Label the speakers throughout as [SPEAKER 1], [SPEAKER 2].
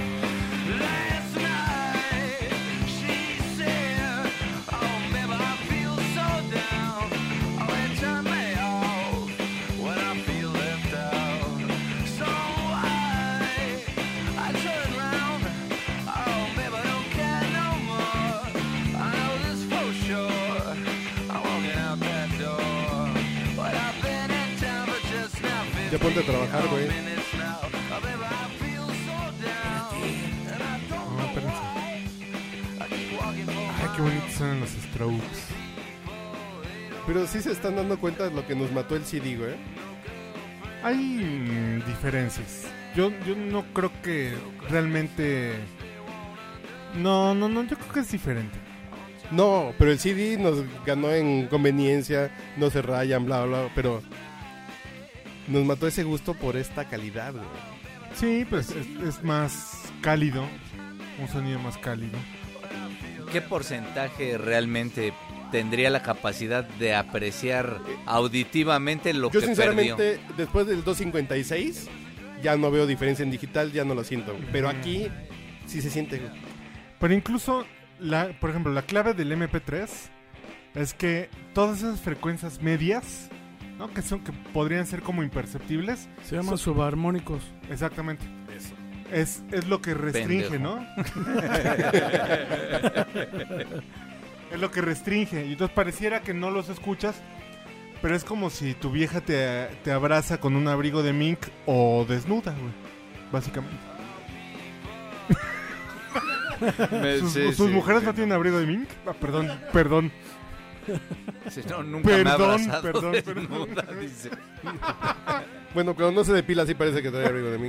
[SPEAKER 1] "Oh, "Oh,
[SPEAKER 2] Ya ponte a trabajar, güey.
[SPEAKER 3] No, espérense. Ay, qué bonitos son los Strokes.
[SPEAKER 2] Pero sí se están dando cuenta de lo que nos mató el CD, güey.
[SPEAKER 3] Hay mm, diferencias. Yo, yo no creo que realmente... No, no, no, yo creo que es diferente.
[SPEAKER 2] No, pero el CD nos ganó en conveniencia, no se rayan, bla, bla, pero nos mató ese gusto por esta calidad, güey.
[SPEAKER 3] Sí, pues es, es más cálido. Un sonido más cálido.
[SPEAKER 4] ¿Qué porcentaje realmente tendría la capacidad de apreciar auditivamente lo
[SPEAKER 2] Yo
[SPEAKER 4] que
[SPEAKER 2] sinceramente, después del 256, ya no veo diferencia en digital, ya no lo siento. güey. Pero aquí sí se siente, güey.
[SPEAKER 3] Pero incluso, la, por ejemplo, la clave del MP3 es que todas esas frecuencias medias, ¿no? que, son, que podrían ser como imperceptibles,
[SPEAKER 5] Se llaman subarmónicos.
[SPEAKER 3] exactamente. Es, es lo que restringe,
[SPEAKER 4] Pendejo.
[SPEAKER 3] ¿no? es lo que restringe. Y entonces pareciera que no los escuchas, pero es como si tu vieja te, te abraza con un abrigo de mink o desnuda, güey. Básicamente.
[SPEAKER 4] perdió?
[SPEAKER 3] ¿Sus,
[SPEAKER 4] Sí,
[SPEAKER 3] sus
[SPEAKER 4] sí,
[SPEAKER 3] mujeres
[SPEAKER 4] sí.
[SPEAKER 3] no tienen abrigo de mink? Ah, perdón, perdón.
[SPEAKER 4] Sí, no, nunca me ha
[SPEAKER 3] Perdón,
[SPEAKER 4] abrazado
[SPEAKER 3] perdón,
[SPEAKER 4] desnuda,
[SPEAKER 3] perdón.
[SPEAKER 4] dice.
[SPEAKER 2] Bueno, cuando no se depila, sí parece que trae arriba de mí.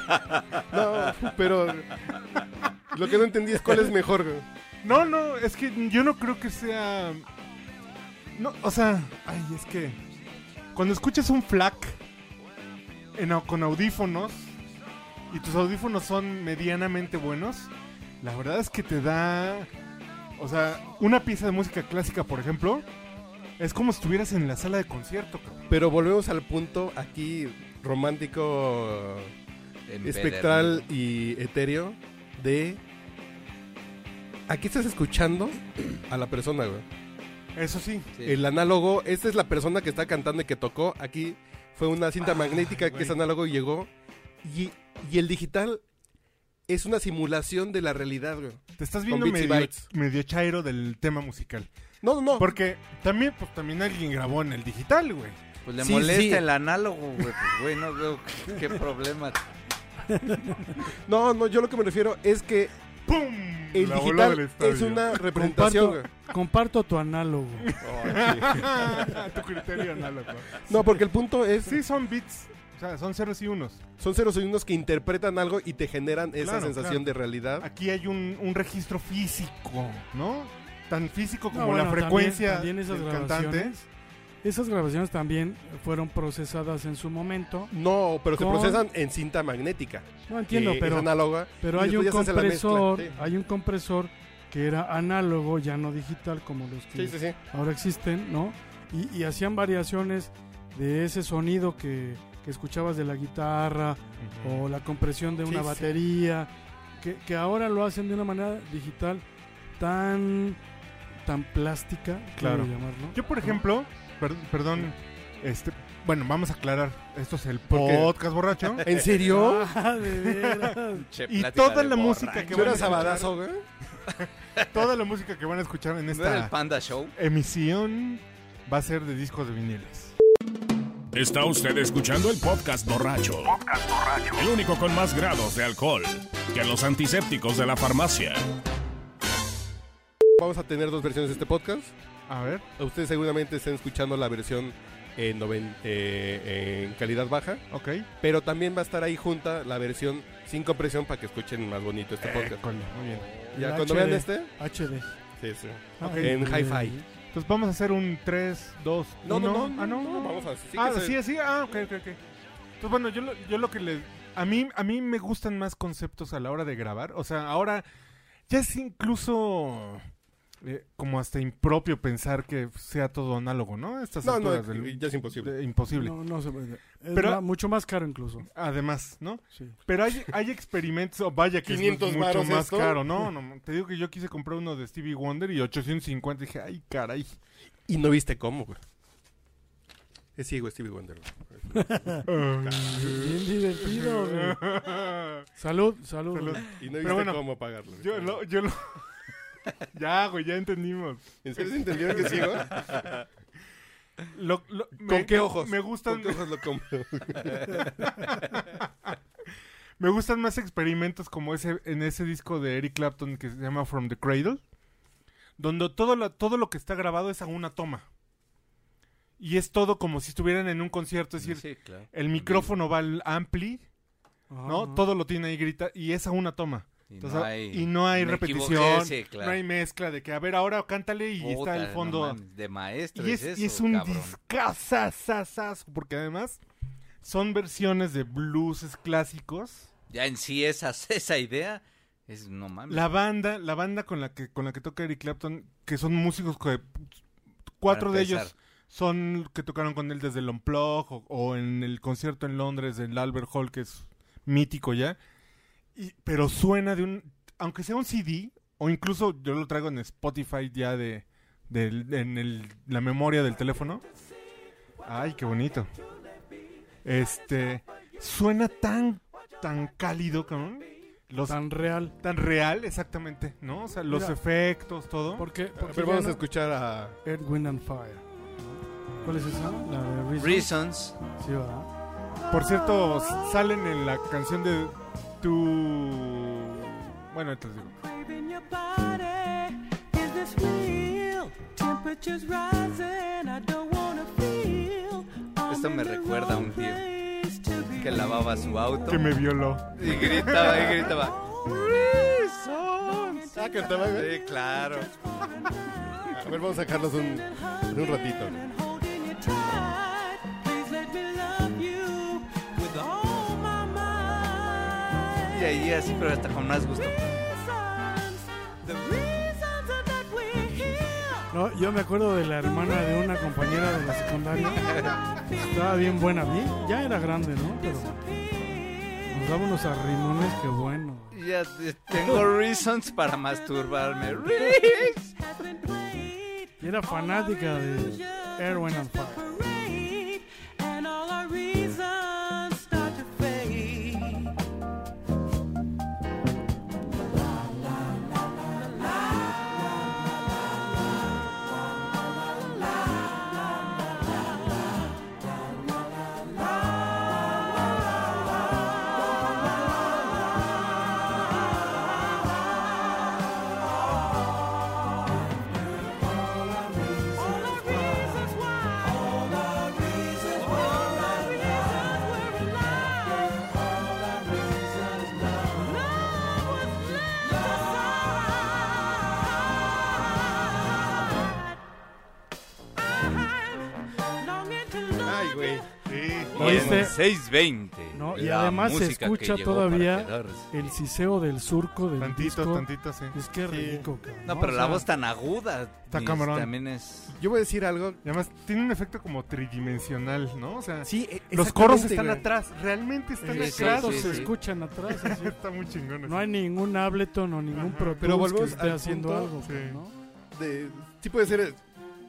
[SPEAKER 2] pero- No, pero lo que no entendí es cuál es mejor, güey.
[SPEAKER 3] No, no, es que yo no creo que sea. No, o sea, ay, es que. Cuando escuchas un flac en au- con audífonos y tus audífonos son medianamente buenos, la verdad es que te da. O sea, una pieza de música clásica, por ejemplo, es como si estuvieras en la sala de concierto, cabrón.
[SPEAKER 2] Pero volvemos al punto aquí romántico, espectral y etéreo de... Aquí estás escuchando a la persona, güey.
[SPEAKER 3] Eso sí.
[SPEAKER 4] Sí.
[SPEAKER 2] El análogo, esta es la persona que está cantando y que tocó. Aquí fue una cinta magnética que
[SPEAKER 3] güey.
[SPEAKER 2] es análogo y llegó. Y, y el digital es una simulación de la realidad, güey.
[SPEAKER 3] Te estás viendo
[SPEAKER 2] Beats y
[SPEAKER 3] medio,
[SPEAKER 2] Bytes.
[SPEAKER 3] medio chairo del tema musical.
[SPEAKER 2] No, no, no.
[SPEAKER 3] Porque también, pues, también alguien grabó en el digital, güey.
[SPEAKER 4] Pues le
[SPEAKER 2] Sí,
[SPEAKER 4] molesta
[SPEAKER 2] sí.
[SPEAKER 4] el análogo, güey. Pues, güey, no veo qué, qué problema.
[SPEAKER 2] No, no, yo lo que me refiero es que
[SPEAKER 3] ¡Pum!
[SPEAKER 2] el
[SPEAKER 3] La bola del
[SPEAKER 2] digital es
[SPEAKER 3] estadio.
[SPEAKER 2] una representación.
[SPEAKER 5] Comparto.
[SPEAKER 2] güey.
[SPEAKER 5] Comparto tu análogo.
[SPEAKER 3] tu criterio análogo.
[SPEAKER 2] No, porque el punto es,
[SPEAKER 3] Sí, son bits. O sea, son ceros y unos.
[SPEAKER 2] son ceros y unos que interpretan algo y te generan esa
[SPEAKER 3] Claro,
[SPEAKER 2] sensación
[SPEAKER 3] claro.
[SPEAKER 2] de realidad.
[SPEAKER 3] Aquí hay un, un registro físico, ¿no? Tan físico como
[SPEAKER 5] No, bueno,
[SPEAKER 3] la
[SPEAKER 5] también-
[SPEAKER 3] frecuencia
[SPEAKER 5] también esas
[SPEAKER 3] del cantante.
[SPEAKER 5] grabaciones. Esas grabaciones también fueron procesadas en su momento.
[SPEAKER 2] No, pero se
[SPEAKER 5] Con-
[SPEAKER 2] procesan en cinta magnética.
[SPEAKER 5] No entiendo,
[SPEAKER 2] que es
[SPEAKER 5] pero,
[SPEAKER 2] análoga.
[SPEAKER 5] pero
[SPEAKER 2] y
[SPEAKER 5] hay un
[SPEAKER 2] después ya se hace la mezcla,
[SPEAKER 5] compresor,
[SPEAKER 2] sí.
[SPEAKER 5] hay un compresor que era análogo, ya no digital como los
[SPEAKER 2] Sí,
[SPEAKER 5] que
[SPEAKER 2] sí, sí.
[SPEAKER 5] ahora existen, ¿no? Y, y hacían variaciones de ese sonido que, que escuchabas de la guitarra o la compresión de
[SPEAKER 2] Sí,
[SPEAKER 5] una
[SPEAKER 2] sí.
[SPEAKER 5] batería, que, que ahora lo hacen de una manera digital tan tan plástica,
[SPEAKER 3] Claro.
[SPEAKER 5] claro. llamarlo.
[SPEAKER 3] Yo, por ejemplo, per- perdón, este, bueno, vamos a aclarar. Esto es el
[SPEAKER 2] qué?
[SPEAKER 3] podcast borracho.
[SPEAKER 2] ¿En serio?
[SPEAKER 5] Ah, de veras.
[SPEAKER 4] Che,
[SPEAKER 3] Y
[SPEAKER 4] plática
[SPEAKER 3] toda
[SPEAKER 4] de
[SPEAKER 3] la música
[SPEAKER 4] borracho.
[SPEAKER 3] que
[SPEAKER 2] Yo era
[SPEAKER 3] bueno.
[SPEAKER 2] sabadazo, güey.
[SPEAKER 3] Toda la música que van a escuchar en
[SPEAKER 4] ¿No era el
[SPEAKER 3] esta
[SPEAKER 4] Panda Show?
[SPEAKER 3] emisión va a ser de discos de viniles.
[SPEAKER 6] Está usted escuchando el podcast borracho. El único con más grados de alcohol que los antisépticos de la farmacia.
[SPEAKER 2] Vamos a tener dos versiones de este podcast.
[SPEAKER 3] A ver.
[SPEAKER 2] Ustedes seguramente estén escuchando la versión en, noven- eh, en calidad baja,
[SPEAKER 3] Ok.
[SPEAKER 2] pero
[SPEAKER 3] Eh,
[SPEAKER 2] también va a estar ahí junta la versión sin compresión para que escuchen más bonito este podcast.
[SPEAKER 3] Híjole, Muy bien.
[SPEAKER 2] Ya,
[SPEAKER 5] El
[SPEAKER 2] cuando
[SPEAKER 5] HD.
[SPEAKER 2] vean este.
[SPEAKER 5] HD.
[SPEAKER 2] Sí, sí.
[SPEAKER 3] Ok.
[SPEAKER 2] En
[SPEAKER 5] Eh,
[SPEAKER 2] hi-fi.
[SPEAKER 3] Entonces vamos a hacer un 3, 2, 1.
[SPEAKER 2] No, no, no.
[SPEAKER 3] Ah, no. no.
[SPEAKER 2] Vamos a. Sí,
[SPEAKER 3] ah,
[SPEAKER 2] que se-
[SPEAKER 3] sí, sí. Ah, ok, ok, ok. Entonces, bueno, yo lo, yo lo que le... A mí, a mí me gustan más conceptos a la hora de grabar. O sea, ahora ya es incluso... eh, como hasta impropio pensar que sea todo análogo, ¿no? A Estas
[SPEAKER 2] No, no,
[SPEAKER 3] alturas del-
[SPEAKER 2] ya es imposible.
[SPEAKER 3] de- imposible.
[SPEAKER 5] No, no se puede. Es
[SPEAKER 3] Pero-
[SPEAKER 5] ma- mucho más caro incluso.
[SPEAKER 3] Además, ¿no?
[SPEAKER 5] Sí.
[SPEAKER 3] Pero hay, hay experimentos, oh, vaya que
[SPEAKER 2] 500
[SPEAKER 3] es mucho
[SPEAKER 2] varos
[SPEAKER 3] más
[SPEAKER 2] esto.
[SPEAKER 3] caro. No, no, te digo que yo quise comprar uno de Stevie Wonder y 850. Dije, ay, caray.
[SPEAKER 2] Y no viste cómo, güey. Es ciego Stevie Wonder. güey.
[SPEAKER 5] Bien divertido, güey. Salud, salud.
[SPEAKER 3] Salud.
[SPEAKER 5] güey.
[SPEAKER 2] Y no viste
[SPEAKER 3] Pero bueno,
[SPEAKER 2] cómo pagarlo. güey.
[SPEAKER 3] Yo lo, yo lo... ya, güey, ya entendimos.
[SPEAKER 2] ¿En serio se entendieron que es ciego?
[SPEAKER 3] Lo- lo- me-
[SPEAKER 2] ¿Con qué
[SPEAKER 3] me-
[SPEAKER 2] ojos?
[SPEAKER 3] Me gustan,
[SPEAKER 2] ¿Con qué ojos lo compro?
[SPEAKER 3] me gustan más experimentos como ese en ese disco de Eric Clapton que se llama From the Cradle, donde todo lo, todo lo que está grabado es a una toma. Y es todo como si estuvieran en un concierto, es decir,
[SPEAKER 4] Sí, claro.
[SPEAKER 3] el micrófono va al ampli,
[SPEAKER 5] Ajá,
[SPEAKER 3] ¿no?
[SPEAKER 5] ajá.
[SPEAKER 3] Todo lo tiene ahí grita y es a una toma.
[SPEAKER 4] Y
[SPEAKER 3] Entonces, y no hay
[SPEAKER 4] me equivoqué,
[SPEAKER 3] repetición,
[SPEAKER 4] sí, claro.
[SPEAKER 3] No hay mezcla de que, a ver, ahora cántale y
[SPEAKER 4] Puta,
[SPEAKER 3] está el
[SPEAKER 4] no
[SPEAKER 3] fondo.
[SPEAKER 4] mames, de maestro.
[SPEAKER 3] Y es,
[SPEAKER 4] eso,
[SPEAKER 3] y es un
[SPEAKER 4] cabrón.
[SPEAKER 3] discazazazazo, porque además son versiones de blues clásicos.
[SPEAKER 4] Ya en sí esa, esa idea es no mames.
[SPEAKER 3] La banda, la banda con la que con la que toca Eric Clapton, que son músicos que cuatro
[SPEAKER 4] Para
[SPEAKER 3] de
[SPEAKER 4] empezar.
[SPEAKER 3] ellos son que tocaron con él desde el Unplug o, o en el concierto en Londres del Albert Hall que es mítico ya. Y- pero suena de un aunque sea un CD o incluso yo lo traigo en Spotify ya de, del- en el- la memoria del teléfono. Ay, qué bonito. Este suena tan tan cálido, cabrón. Los
[SPEAKER 5] Tan real.
[SPEAKER 3] tan real, exactamente, ¿no? O sea, los
[SPEAKER 5] Mira.
[SPEAKER 3] efectos, todo.
[SPEAKER 5] Porque, porque
[SPEAKER 2] Pero
[SPEAKER 5] ya
[SPEAKER 2] vamos a
[SPEAKER 5] no-
[SPEAKER 2] escuchar a.
[SPEAKER 5] Earth, Wind and Fire. ¿Cuál es esa? La de Reason.
[SPEAKER 4] Reasons.
[SPEAKER 5] Sí, ¿verdad?
[SPEAKER 3] Por cierto, s- salen en la canción de tu... Bueno, ahorita les digo.
[SPEAKER 1] craving your body. Is this real? Temperatures rising. I don't wanna feel. I'm
[SPEAKER 4] Esto me
[SPEAKER 1] in the
[SPEAKER 4] recuerda a
[SPEAKER 1] wrong
[SPEAKER 4] un tío
[SPEAKER 1] place to be.
[SPEAKER 4] Que lavaba su auto.
[SPEAKER 3] Que me violó.
[SPEAKER 4] Y gritaba, y gritaba. Reasons.
[SPEAKER 2] Ah, cantaba, güey.
[SPEAKER 4] Sí, claro.
[SPEAKER 2] A ver, vamos a sacarlos un, en un ratito.
[SPEAKER 1] And holding you tight. Please let me love you with all my mind.
[SPEAKER 4] Y ahí así, pero hasta con más gusto.
[SPEAKER 1] Reasons. The reasons are that we're here.
[SPEAKER 5] No, yo me acuerdo de la hermana de una compañera de la secundaria. Estaba bien buena. Bien, ya era grande, ¿no? Pero nos daba unos arrimones que bueno.
[SPEAKER 4] Ya te- tengo reasons para masturbarme. Reasons.
[SPEAKER 5] Y era fanática de Earth, Wind and Fire.
[SPEAKER 1] And all our reasons start to fade. All our reasons why. All our reasons why. All our reasons we're alive. All our reasons love. Love was left I'm longing to love
[SPEAKER 2] Ay, güey.
[SPEAKER 4] Y en
[SPEAKER 5] ¿Oíste?
[SPEAKER 4] 620.
[SPEAKER 5] No, y
[SPEAKER 4] la
[SPEAKER 5] además se
[SPEAKER 4] música que
[SPEAKER 5] escucha
[SPEAKER 4] llegó
[SPEAKER 5] todavía
[SPEAKER 4] para quedarse.
[SPEAKER 5] El siseo del surco del
[SPEAKER 3] Tantito,
[SPEAKER 5] disco.
[SPEAKER 3] tantito, sí.
[SPEAKER 5] Es que rico, cabrón.
[SPEAKER 4] No, pero
[SPEAKER 5] O
[SPEAKER 4] la
[SPEAKER 5] sea,
[SPEAKER 4] voz tan aguda.
[SPEAKER 3] Está
[SPEAKER 4] y
[SPEAKER 3] cabrón.
[SPEAKER 4] También es.
[SPEAKER 2] Yo voy a decir algo.
[SPEAKER 3] Y además tiene un efecto como tridimensional, ¿no? O sea,
[SPEAKER 2] Sí,
[SPEAKER 3] los coros están atrás. Realmente están
[SPEAKER 5] Los
[SPEAKER 4] sí,
[SPEAKER 3] atrás.
[SPEAKER 5] gatos
[SPEAKER 4] sí,
[SPEAKER 5] eh, se
[SPEAKER 4] sí.
[SPEAKER 5] escuchan atrás. así.
[SPEAKER 3] Está muy chingón.
[SPEAKER 5] No hay ningún Ableton o ningún
[SPEAKER 3] Ajá.
[SPEAKER 5] Pro Tools
[SPEAKER 2] Pero volvemos
[SPEAKER 5] que esté
[SPEAKER 2] al
[SPEAKER 5] haciendo
[SPEAKER 2] punto,
[SPEAKER 5] algo.
[SPEAKER 3] sí.
[SPEAKER 5] cabrón, ¿no?
[SPEAKER 2] De, sí puede ser eh,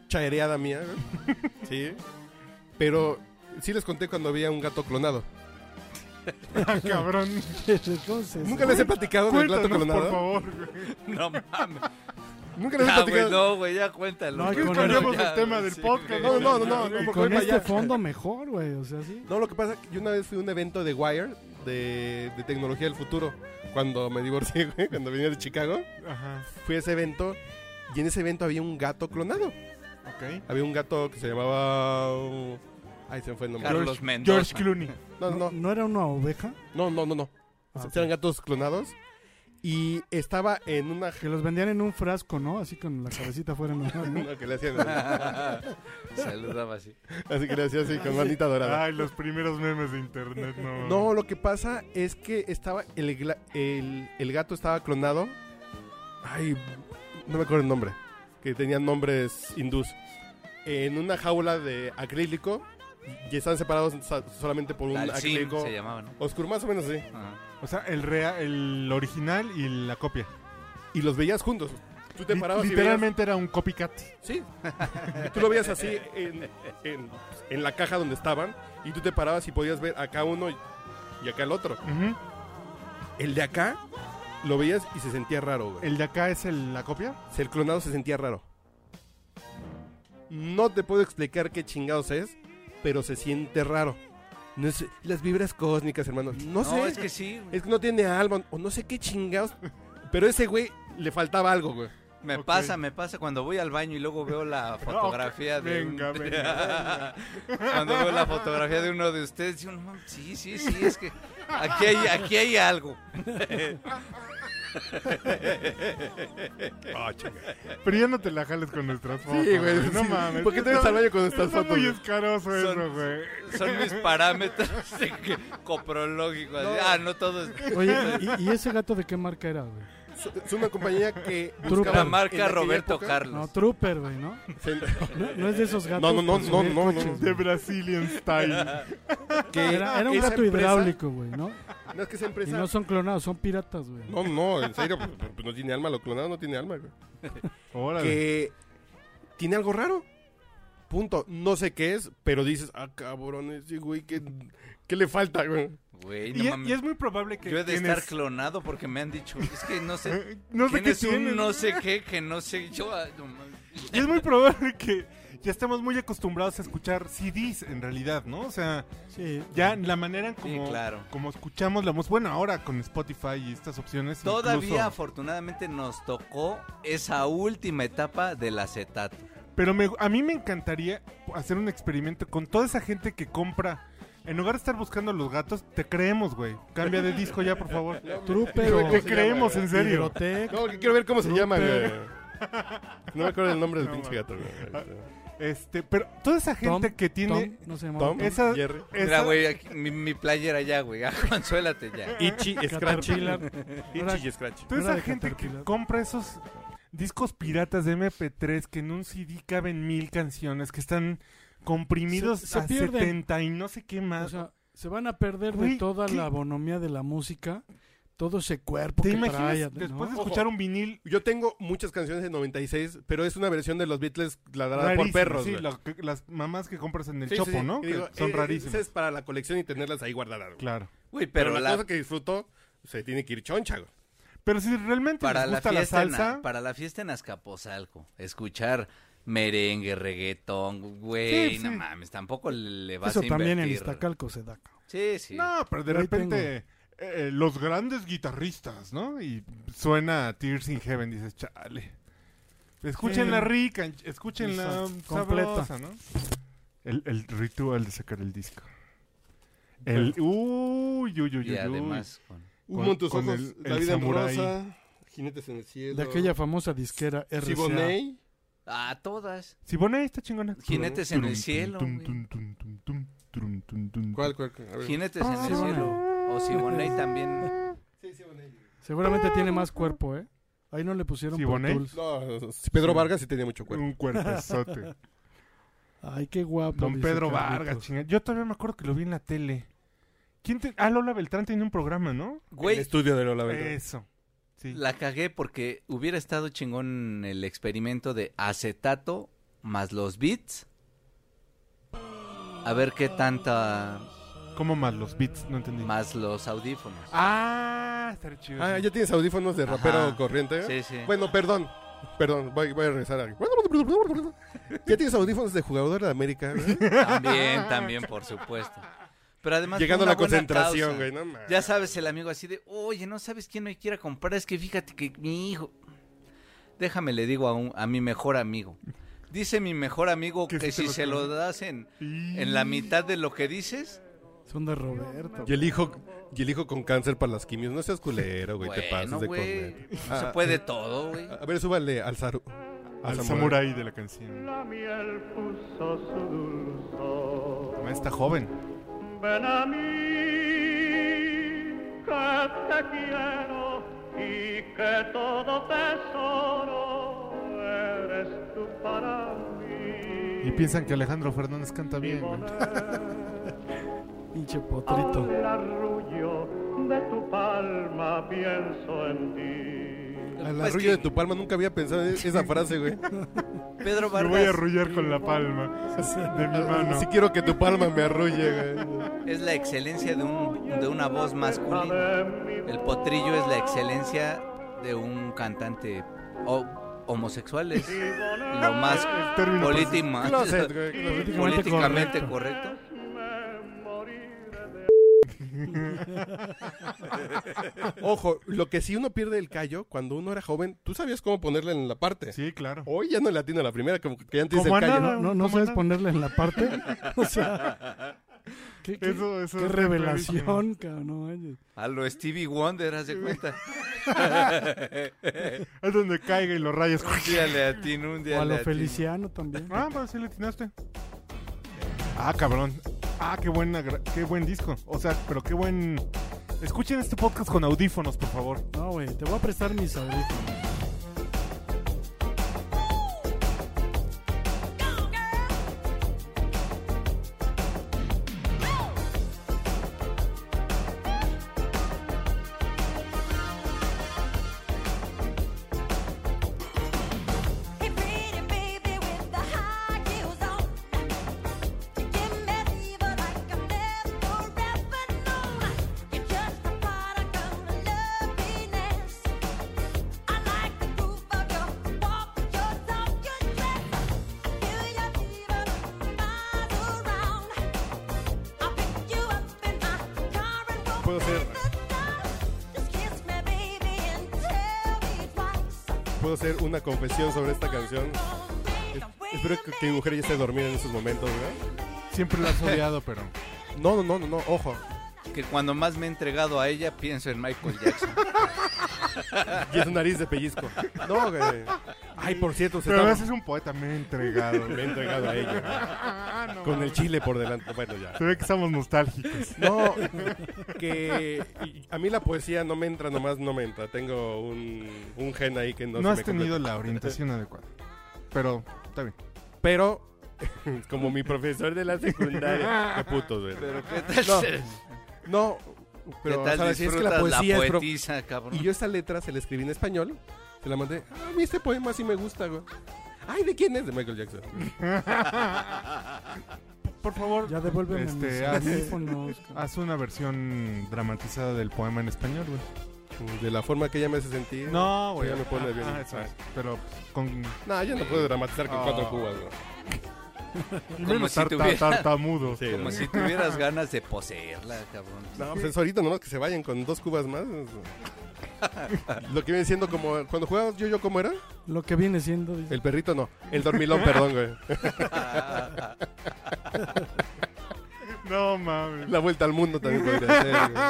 [SPEAKER 2] chaereada mía. güey. Sí. Pero sí les conté cuando había un gato clonado.
[SPEAKER 3] así. Ah, Cabrón.
[SPEAKER 5] Entonces,
[SPEAKER 2] Nunca les he platicado del gato
[SPEAKER 3] Cuéntanos, por
[SPEAKER 2] clonado.
[SPEAKER 3] favor. güey.
[SPEAKER 4] No mames.
[SPEAKER 2] Nunca les he
[SPEAKER 4] Ah, güey,
[SPEAKER 2] platicado.
[SPEAKER 4] no, güey, ya cuéntalo.
[SPEAKER 5] No,
[SPEAKER 4] güey.
[SPEAKER 5] con el-
[SPEAKER 3] Cambiamos
[SPEAKER 4] Ya,
[SPEAKER 3] el tema
[SPEAKER 4] güey,
[SPEAKER 3] del
[SPEAKER 4] sí,
[SPEAKER 3] podcast.
[SPEAKER 2] No, no, no, no,
[SPEAKER 3] güey.
[SPEAKER 2] no,
[SPEAKER 5] con
[SPEAKER 2] Voy
[SPEAKER 5] este
[SPEAKER 2] para allá.
[SPEAKER 5] fondo mejor, güey. O sea, sí.
[SPEAKER 2] No, lo que pasa es que yo una vez fui a un evento de Wire de, de tecnología del futuro. Cuando me divorcié, güey, cuando venía de Chicago,
[SPEAKER 3] Ajá,
[SPEAKER 2] fui a ese evento y en ese evento había un gato clonado.
[SPEAKER 3] ok.
[SPEAKER 2] Había un gato que se llamaba. uh, Ay, se me fue el nombre.
[SPEAKER 4] Carlos
[SPEAKER 3] George
[SPEAKER 4] Mendoza.
[SPEAKER 3] Clooney.
[SPEAKER 2] No, no, no,
[SPEAKER 5] era una oveja?
[SPEAKER 2] no, no, no. no.
[SPEAKER 5] Ah,
[SPEAKER 2] Eran gatos clonados Y estaba en una...
[SPEAKER 5] Que los vendían en un frasco, ¿no? Así con la cabecita fuera nomás, ¿no?
[SPEAKER 2] no, que le hacían así,
[SPEAKER 4] Saludaba así.
[SPEAKER 2] así que le hacía así con manita dorada.
[SPEAKER 3] Ay, los primeros memes de internet, no.
[SPEAKER 2] No, lo que pasa es que estaba el, gla- el, el gato estaba clonado. Ay, no me acuerdo el nombre. Que tenían nombres hindús. En una jaula de acrílico. Y estaban separados sa- solamente por un
[SPEAKER 4] Dalsim
[SPEAKER 2] acrílico.
[SPEAKER 4] se llamaba, ¿no?
[SPEAKER 2] Oscuro, más o menos así.
[SPEAKER 4] Ajá.
[SPEAKER 3] O sea, el, rea- el original y la copia.
[SPEAKER 2] Y los veías juntos. Tú te
[SPEAKER 3] Li-
[SPEAKER 2] parabas y
[SPEAKER 3] Literalmente era un copycat.
[SPEAKER 2] Sí. tú lo veías así en, en- en la caja donde estaban. Y tú te parabas y podías ver acá uno y- y acá el otro.
[SPEAKER 3] Ujú.
[SPEAKER 2] El de acá lo veías y se sentía raro, güey.
[SPEAKER 3] El de acá es el- la copia.
[SPEAKER 2] El, ser clonado se sentía raro. No te puedo explicar qué chingados es, pero se siente raro. No sé, las vibras cósmicas, hermano. No,
[SPEAKER 4] No,
[SPEAKER 2] sé.
[SPEAKER 4] es que sí. güey.
[SPEAKER 2] es que no tiene alma o no sé qué chingados. Pero ese güey le faltaba algo, güey.
[SPEAKER 4] Me
[SPEAKER 3] Ok.
[SPEAKER 4] pasa, me pasa cuando voy al baño y luego veo la fotografía de. un-
[SPEAKER 3] venga, venga,
[SPEAKER 4] cuando veo la fotografía de uno de ustedes, digo, no mames, sí, sí, sí, es que aquí hay, aquí hay algo.
[SPEAKER 3] Ah, Pero ya no te la jales con nuestras fotos. güey, No mames.
[SPEAKER 2] ¿Por qué te ves al baño con estas
[SPEAKER 3] Está
[SPEAKER 2] fotos?
[SPEAKER 3] muy
[SPEAKER 2] güey?
[SPEAKER 3] escaroso eso,
[SPEAKER 4] Son-
[SPEAKER 3] güey.
[SPEAKER 4] Son mis parámetros de que- coprológicos. así, Ah, no todo es.
[SPEAKER 5] Oye, ¿y, y ese gato de qué marca era, güey?
[SPEAKER 2] Es es una compañía que
[SPEAKER 5] Trupa.
[SPEAKER 2] buscaba
[SPEAKER 4] La
[SPEAKER 2] en
[SPEAKER 4] marca
[SPEAKER 2] aquella
[SPEAKER 4] Roberto
[SPEAKER 2] época-
[SPEAKER 5] No,
[SPEAKER 4] Carlos.
[SPEAKER 5] Trooper, güey, ¿no?
[SPEAKER 2] se-
[SPEAKER 5] No, no es de esos gatos.
[SPEAKER 2] No, no, no,
[SPEAKER 5] con
[SPEAKER 2] no,
[SPEAKER 5] subir
[SPEAKER 2] no,
[SPEAKER 5] coches,
[SPEAKER 3] De
[SPEAKER 5] güey.
[SPEAKER 3] Brazilian Style.
[SPEAKER 2] que
[SPEAKER 5] Era, era un
[SPEAKER 2] esa
[SPEAKER 5] gato
[SPEAKER 2] empresa-
[SPEAKER 5] hidráulico, güey, ¿no?
[SPEAKER 2] No es que esa
[SPEAKER 5] Y
[SPEAKER 2] empresa
[SPEAKER 5] no son clonados, son piratas, güey.
[SPEAKER 2] No, no, en serio, pues, pues, pues, no tiene alma, lo clonado no tiene alma, güey.
[SPEAKER 3] Órale.
[SPEAKER 2] Que tiene algo raro. Punto. No sé qué es, pero dices, ah, cabrones, sí, güey, ¿qué, qué le falta, güey?
[SPEAKER 4] Güey, no
[SPEAKER 3] Y,
[SPEAKER 4] mames.
[SPEAKER 3] y es muy probable que
[SPEAKER 4] Yo he de
[SPEAKER 3] quienes-
[SPEAKER 4] estar clonado porque me han dicho, es que no sé.
[SPEAKER 3] Eh, No sé qué
[SPEAKER 4] tienes un
[SPEAKER 3] tienes.
[SPEAKER 4] no sé qué, que no sé. Yo, ah, no mames.
[SPEAKER 3] Y es muy probable que ya estamos muy acostumbrados a escuchar CDs en realidad, ¿no? O sea,
[SPEAKER 5] Sí.
[SPEAKER 3] ya la manera en como,
[SPEAKER 4] claro.
[SPEAKER 3] como escuchamos la música. Bueno, ahora con Spotify y estas opciones.
[SPEAKER 4] Todavía
[SPEAKER 3] incluso-
[SPEAKER 4] afortunadamente nos tocó esa última etapa del acetato.
[SPEAKER 3] Pero me- a mí me encantaría hacer un experimento con toda esa gente que compra. En lugar de estar buscando a los gatos, te creemos, güey. Cambia de disco ya, por favor.
[SPEAKER 5] Trooper o
[SPEAKER 3] Te creemos, en serio.
[SPEAKER 5] Hidrotec.
[SPEAKER 2] No, que quiero ver cómo se llama, güey.
[SPEAKER 5] Rupert.
[SPEAKER 2] No me acuerdo el nombre del
[SPEAKER 3] No,
[SPEAKER 2] pinche
[SPEAKER 3] man.
[SPEAKER 2] gato, güey.
[SPEAKER 3] Este, pero toda esa gente
[SPEAKER 5] Tom,
[SPEAKER 3] que tiene
[SPEAKER 5] Tom, no se llamaba.
[SPEAKER 2] Tom,
[SPEAKER 3] esa-
[SPEAKER 2] Jerry.
[SPEAKER 3] esa-
[SPEAKER 4] Mira, güey, aquí- mi, mi playera ya, güey. ah, Consuélate ya.
[SPEAKER 2] Ichi, Scratch.
[SPEAKER 5] Caterpillar.
[SPEAKER 2] Ichi y Scratch.
[SPEAKER 3] Toda
[SPEAKER 5] No era
[SPEAKER 3] esa
[SPEAKER 5] de
[SPEAKER 3] gente que
[SPEAKER 5] Caterpillar.
[SPEAKER 3] compra esos discos piratas de MP3 que en un CD caben mil canciones, que están comprimidos
[SPEAKER 5] Se- se
[SPEAKER 3] a
[SPEAKER 5] pierden.
[SPEAKER 3] 70 y no sé qué más.
[SPEAKER 5] O sea, se van a perder de
[SPEAKER 3] Güey,
[SPEAKER 5] toda
[SPEAKER 3] ¿qué?
[SPEAKER 5] la bonomía de la música, todo ese cuerpo
[SPEAKER 3] ¿Te
[SPEAKER 5] que
[SPEAKER 3] imaginas
[SPEAKER 5] trae,
[SPEAKER 3] después de
[SPEAKER 5] ¿no?
[SPEAKER 3] escuchar un vinil
[SPEAKER 2] Yo tengo muchas canciones de 96, pero es una versión de los Beatles ladrada por
[SPEAKER 3] rarísimo?
[SPEAKER 2] perros,
[SPEAKER 3] Sí,
[SPEAKER 2] güey.
[SPEAKER 3] lo que- las mamás que compras en el
[SPEAKER 2] Sí, sí,
[SPEAKER 3] chopo,
[SPEAKER 2] sí.
[SPEAKER 3] ¿no?
[SPEAKER 2] Y
[SPEAKER 3] Que
[SPEAKER 2] digo,
[SPEAKER 3] son
[SPEAKER 2] eh,
[SPEAKER 3] rarísimas.
[SPEAKER 2] Esa es para la colección y tenerlas ahí guardadas, güey.
[SPEAKER 3] Claro.
[SPEAKER 4] Güey, pero,
[SPEAKER 2] Pero, la,
[SPEAKER 4] la,
[SPEAKER 2] cosa que disfruto se tiene que ir choncha, güey.
[SPEAKER 3] Pero si realmente
[SPEAKER 4] para,
[SPEAKER 3] les
[SPEAKER 4] la
[SPEAKER 3] gusta la,
[SPEAKER 4] fiesta en,
[SPEAKER 3] salsa,
[SPEAKER 4] para la fiesta en Azcapotzalco, escuchar merengue, reggaetón, güey,
[SPEAKER 3] Sí,
[SPEAKER 4] no
[SPEAKER 3] sí.
[SPEAKER 4] mames, tampoco le, le vas
[SPEAKER 5] Eso
[SPEAKER 4] a invertir.
[SPEAKER 5] también en Iztacalco se da. cabrón.
[SPEAKER 4] Sí, sí.
[SPEAKER 3] no, pero de
[SPEAKER 5] Ahí
[SPEAKER 3] repente eh, los grandes guitarristas, ¿no? Y suena Tears in Heaven, dices, chale. Escúchenla
[SPEAKER 5] Sí.
[SPEAKER 3] rica, escúchenla
[SPEAKER 5] Esa,
[SPEAKER 3] completa,
[SPEAKER 5] completa.
[SPEAKER 3] ¿no? El, el ritual de sacar el disco. El uy, uy, uy, uy,
[SPEAKER 4] y
[SPEAKER 3] uy.
[SPEAKER 4] además, con-
[SPEAKER 2] Humo en tus
[SPEAKER 3] con
[SPEAKER 2] ojos,
[SPEAKER 3] el-
[SPEAKER 2] La
[SPEAKER 3] el
[SPEAKER 2] vida en
[SPEAKER 3] samurái.
[SPEAKER 2] rosa, Jinetes en el cielo.
[SPEAKER 5] De aquella famosa disquera RCA.
[SPEAKER 2] Siboney.
[SPEAKER 4] Ah, todas.
[SPEAKER 3] Siboney está chingona.
[SPEAKER 4] Jinetes en el cielo, güey.
[SPEAKER 2] ¿Cuál, cuál? cuál? A ver.
[SPEAKER 4] Jinetes en el
[SPEAKER 5] Siboney.
[SPEAKER 4] cielo. O Siboney también.
[SPEAKER 5] Seguramente tiene más cuerpo, ¿eh? Ahí no le pusieron
[SPEAKER 3] Sí,
[SPEAKER 5] Pro
[SPEAKER 3] Bonet.
[SPEAKER 5] Tools.
[SPEAKER 2] No, sí, Pedro Vargas sí tenía mucho cuerpo.
[SPEAKER 3] Un cuerpezote.
[SPEAKER 5] Ay, qué guapo.
[SPEAKER 3] Don
[SPEAKER 5] dice
[SPEAKER 3] Pedro
[SPEAKER 5] Carlitos.
[SPEAKER 3] Vargas, chingada. Yo todavía me acuerdo que lo vi en la tele. ¿Quién te... Ah, Lola Beltrán tenía un programa, ¿no?
[SPEAKER 2] El
[SPEAKER 4] Güey,
[SPEAKER 2] estudio de Lola Beltrán.
[SPEAKER 3] Eso. Sí.
[SPEAKER 4] la cagué porque hubiera estado chingón el experimento de acetato más los beats. A ver qué tanta
[SPEAKER 3] ¿Cómo más los beats? No entendí.
[SPEAKER 4] más los audífonos.
[SPEAKER 3] Ah, estaría chido.
[SPEAKER 2] Ah, ¿ya tienes audífonos de
[SPEAKER 4] Ajá.
[SPEAKER 2] rapero corriente?
[SPEAKER 4] Sí, sí.
[SPEAKER 2] ¿eh? Bueno, perdón. Perdón, voy, voy a regresar a... ¿Ya tienes audífonos de jugador de América? güey?
[SPEAKER 4] También, también, por supuesto. Pero además fue
[SPEAKER 2] Llegando a
[SPEAKER 4] una
[SPEAKER 2] la
[SPEAKER 4] buena
[SPEAKER 2] concentración,
[SPEAKER 4] causa.
[SPEAKER 2] güey. No, mames.
[SPEAKER 4] Ya sabes, el amigo así de, oye, no sabes quién me quiera comprar, es que fíjate que mi hijo. Déjame, le digo a, un- a mi mejor amigo. Dice mi mejor amigo
[SPEAKER 3] Que
[SPEAKER 4] que,
[SPEAKER 3] sí te
[SPEAKER 4] si
[SPEAKER 3] lo
[SPEAKER 4] se
[SPEAKER 3] creo.
[SPEAKER 4] lo das en, en la mitad de lo que dices,
[SPEAKER 5] Son de Roberto.
[SPEAKER 2] Y el hijo Y el hijo con cáncer para las quimios. No seas culero, güey. te
[SPEAKER 4] Bueno,
[SPEAKER 2] pasas de
[SPEAKER 4] güey.
[SPEAKER 2] corneta.
[SPEAKER 4] No se
[SPEAKER 2] Ah,
[SPEAKER 4] puede todo, güey.
[SPEAKER 2] A ver, súbale al Saru.
[SPEAKER 3] Al samurái de la canción.
[SPEAKER 7] La miel puso su dulzor.
[SPEAKER 3] Está joven.
[SPEAKER 7] Ven a mí, que te quiero y que todo tesoro eres tú para mí.
[SPEAKER 3] Y piensan que Alejandro Fernández canta bien. güey.
[SPEAKER 5] Pinche potrito.
[SPEAKER 7] Al arrullo de tu palma pienso en ti.
[SPEAKER 2] Al
[SPEAKER 4] Pues
[SPEAKER 2] arrullo
[SPEAKER 4] que-
[SPEAKER 2] de tu palma nunca había pensado en esa frase, güey.
[SPEAKER 4] Pedro
[SPEAKER 3] Me voy a
[SPEAKER 4] Vargas
[SPEAKER 3] arrullar con la palma de mi mano.
[SPEAKER 2] Si quiero que tu palma me arrulle, güey.
[SPEAKER 4] es la excelencia de, un, de una voz masculina. El potrillo es la excelencia de un cantante o- homosexual. Es lo más
[SPEAKER 3] El término
[SPEAKER 4] polítima-
[SPEAKER 2] Closet, güey. closet.
[SPEAKER 4] políticamente
[SPEAKER 5] correcto.
[SPEAKER 4] correcto.
[SPEAKER 2] Ojo, lo que sí uno pierde el callo, cuando uno era joven, tú sabías cómo ponerle en la parte.
[SPEAKER 3] Sí, claro.
[SPEAKER 2] Hoy ya no le atino a la primera, como que ya antes
[SPEAKER 3] Como
[SPEAKER 2] el
[SPEAKER 3] a
[SPEAKER 2] callo.
[SPEAKER 3] nada.
[SPEAKER 2] ¿no?
[SPEAKER 5] No, no
[SPEAKER 3] ¿Cómo
[SPEAKER 5] sabes
[SPEAKER 3] no?
[SPEAKER 5] ponerle en la parte. O sea. Qué, qué-
[SPEAKER 3] Eso- eso
[SPEAKER 5] qué
[SPEAKER 3] está
[SPEAKER 5] revelación, cabrón. no manches.
[SPEAKER 4] A lo Stevie Wonder, haz de cuenta.
[SPEAKER 3] Es donde caiga y los rayos.
[SPEAKER 4] Un día le atino, un
[SPEAKER 5] O
[SPEAKER 4] día
[SPEAKER 5] a
[SPEAKER 4] le
[SPEAKER 5] lo
[SPEAKER 4] atino.
[SPEAKER 5] Feliciano también.
[SPEAKER 3] Ah, pues sí le atinaste. Ah, cabrón. Ah, qué, buena, gra- qué buen disco. O sea, pero qué buen... Escuchen este podcast con audífonos, por favor.
[SPEAKER 5] No, güey, te voy a prestar mis audífonos.
[SPEAKER 8] Hey, pretty baby with the high heels on, you give me fever like I've never known. You're just a product of loveliness. I like the groove of your walk, your talk, your dress. I feel your fever miles around. I'll pick you up in my car and go
[SPEAKER 2] Puedo ser,
[SPEAKER 8] Just kiss me, baby, and tell me twice.
[SPEAKER 2] puedo hacer una confesión sobre esta canción. Es- Espero que, que mi mujer ya esté dormida en esos momentos, ¿verdad?
[SPEAKER 3] Siempre lo has odiado, pero...
[SPEAKER 2] No, no, no, no, no, ojo.
[SPEAKER 4] Que cuando más me he entregado a ella, pienso en Michael Jackson.
[SPEAKER 2] Y es nariz de pellizco. No, güey. Ay, por cierto, se
[SPEAKER 3] Pero
[SPEAKER 2] está...
[SPEAKER 3] además es un poeta, me he entregado.
[SPEAKER 2] Me he entregado a ella.
[SPEAKER 3] Ah,
[SPEAKER 2] Con el chile por delante. Bueno, ya.
[SPEAKER 3] Se ve que estamos nostálgicos.
[SPEAKER 2] No, que y- a mí la poesía no me entra, nomás no me entra. Tengo un, un gen ahí que no,
[SPEAKER 3] No,
[SPEAKER 2] se
[SPEAKER 3] has
[SPEAKER 2] me
[SPEAKER 3] tenido
[SPEAKER 2] completa.
[SPEAKER 3] la orientación adecuada. Pero, está bien.
[SPEAKER 2] Pero, como mi profesor de la secundaria. Qué putos, güey.
[SPEAKER 4] Pero qué tal,
[SPEAKER 2] No, pero
[SPEAKER 4] ¿qué tal
[SPEAKER 2] o sea, si es que la
[SPEAKER 4] disfrutas la,
[SPEAKER 2] poesía es pro-
[SPEAKER 4] poetisa, cabrón?
[SPEAKER 2] Y yo esa letra se la escribí en español. Se la mandé. "Ah, A mí este poema sí me gusta, güey. Ay, ¿de quién es? De Michael Jackson.
[SPEAKER 3] Por favor,
[SPEAKER 5] Ya devuélveme
[SPEAKER 3] Este,
[SPEAKER 5] mis
[SPEAKER 3] haz-
[SPEAKER 5] audífonos. cabrón.
[SPEAKER 3] haz una versión dramatizada del poema en español, güey.
[SPEAKER 2] pues, De la forma que ella me hace sentir.
[SPEAKER 3] No, Ah,
[SPEAKER 2] Sí, ya me pone bien.
[SPEAKER 3] eso es. Pero pues, con.
[SPEAKER 2] No, yo no puedo dramatizar con
[SPEAKER 3] Ah.
[SPEAKER 2] cuatro cubas, güey.
[SPEAKER 4] Como si
[SPEAKER 3] tarta-
[SPEAKER 4] tuviera-
[SPEAKER 3] tartamudo.
[SPEAKER 2] Sí,
[SPEAKER 4] Como
[SPEAKER 2] güey.
[SPEAKER 4] si tuvieras ganas de poseerla, cabrón.
[SPEAKER 2] No, pues ahorita nomás que se vayan con dos cubas más. Lo que viene siendo como. Cuando jugabas yo, yo, ¿cómo era?
[SPEAKER 5] Lo que viene siendo. dice.
[SPEAKER 2] El perrito no. El dormilón, perdón, güey.
[SPEAKER 3] No mames.
[SPEAKER 2] La vuelta al mundo también podría ser, güey.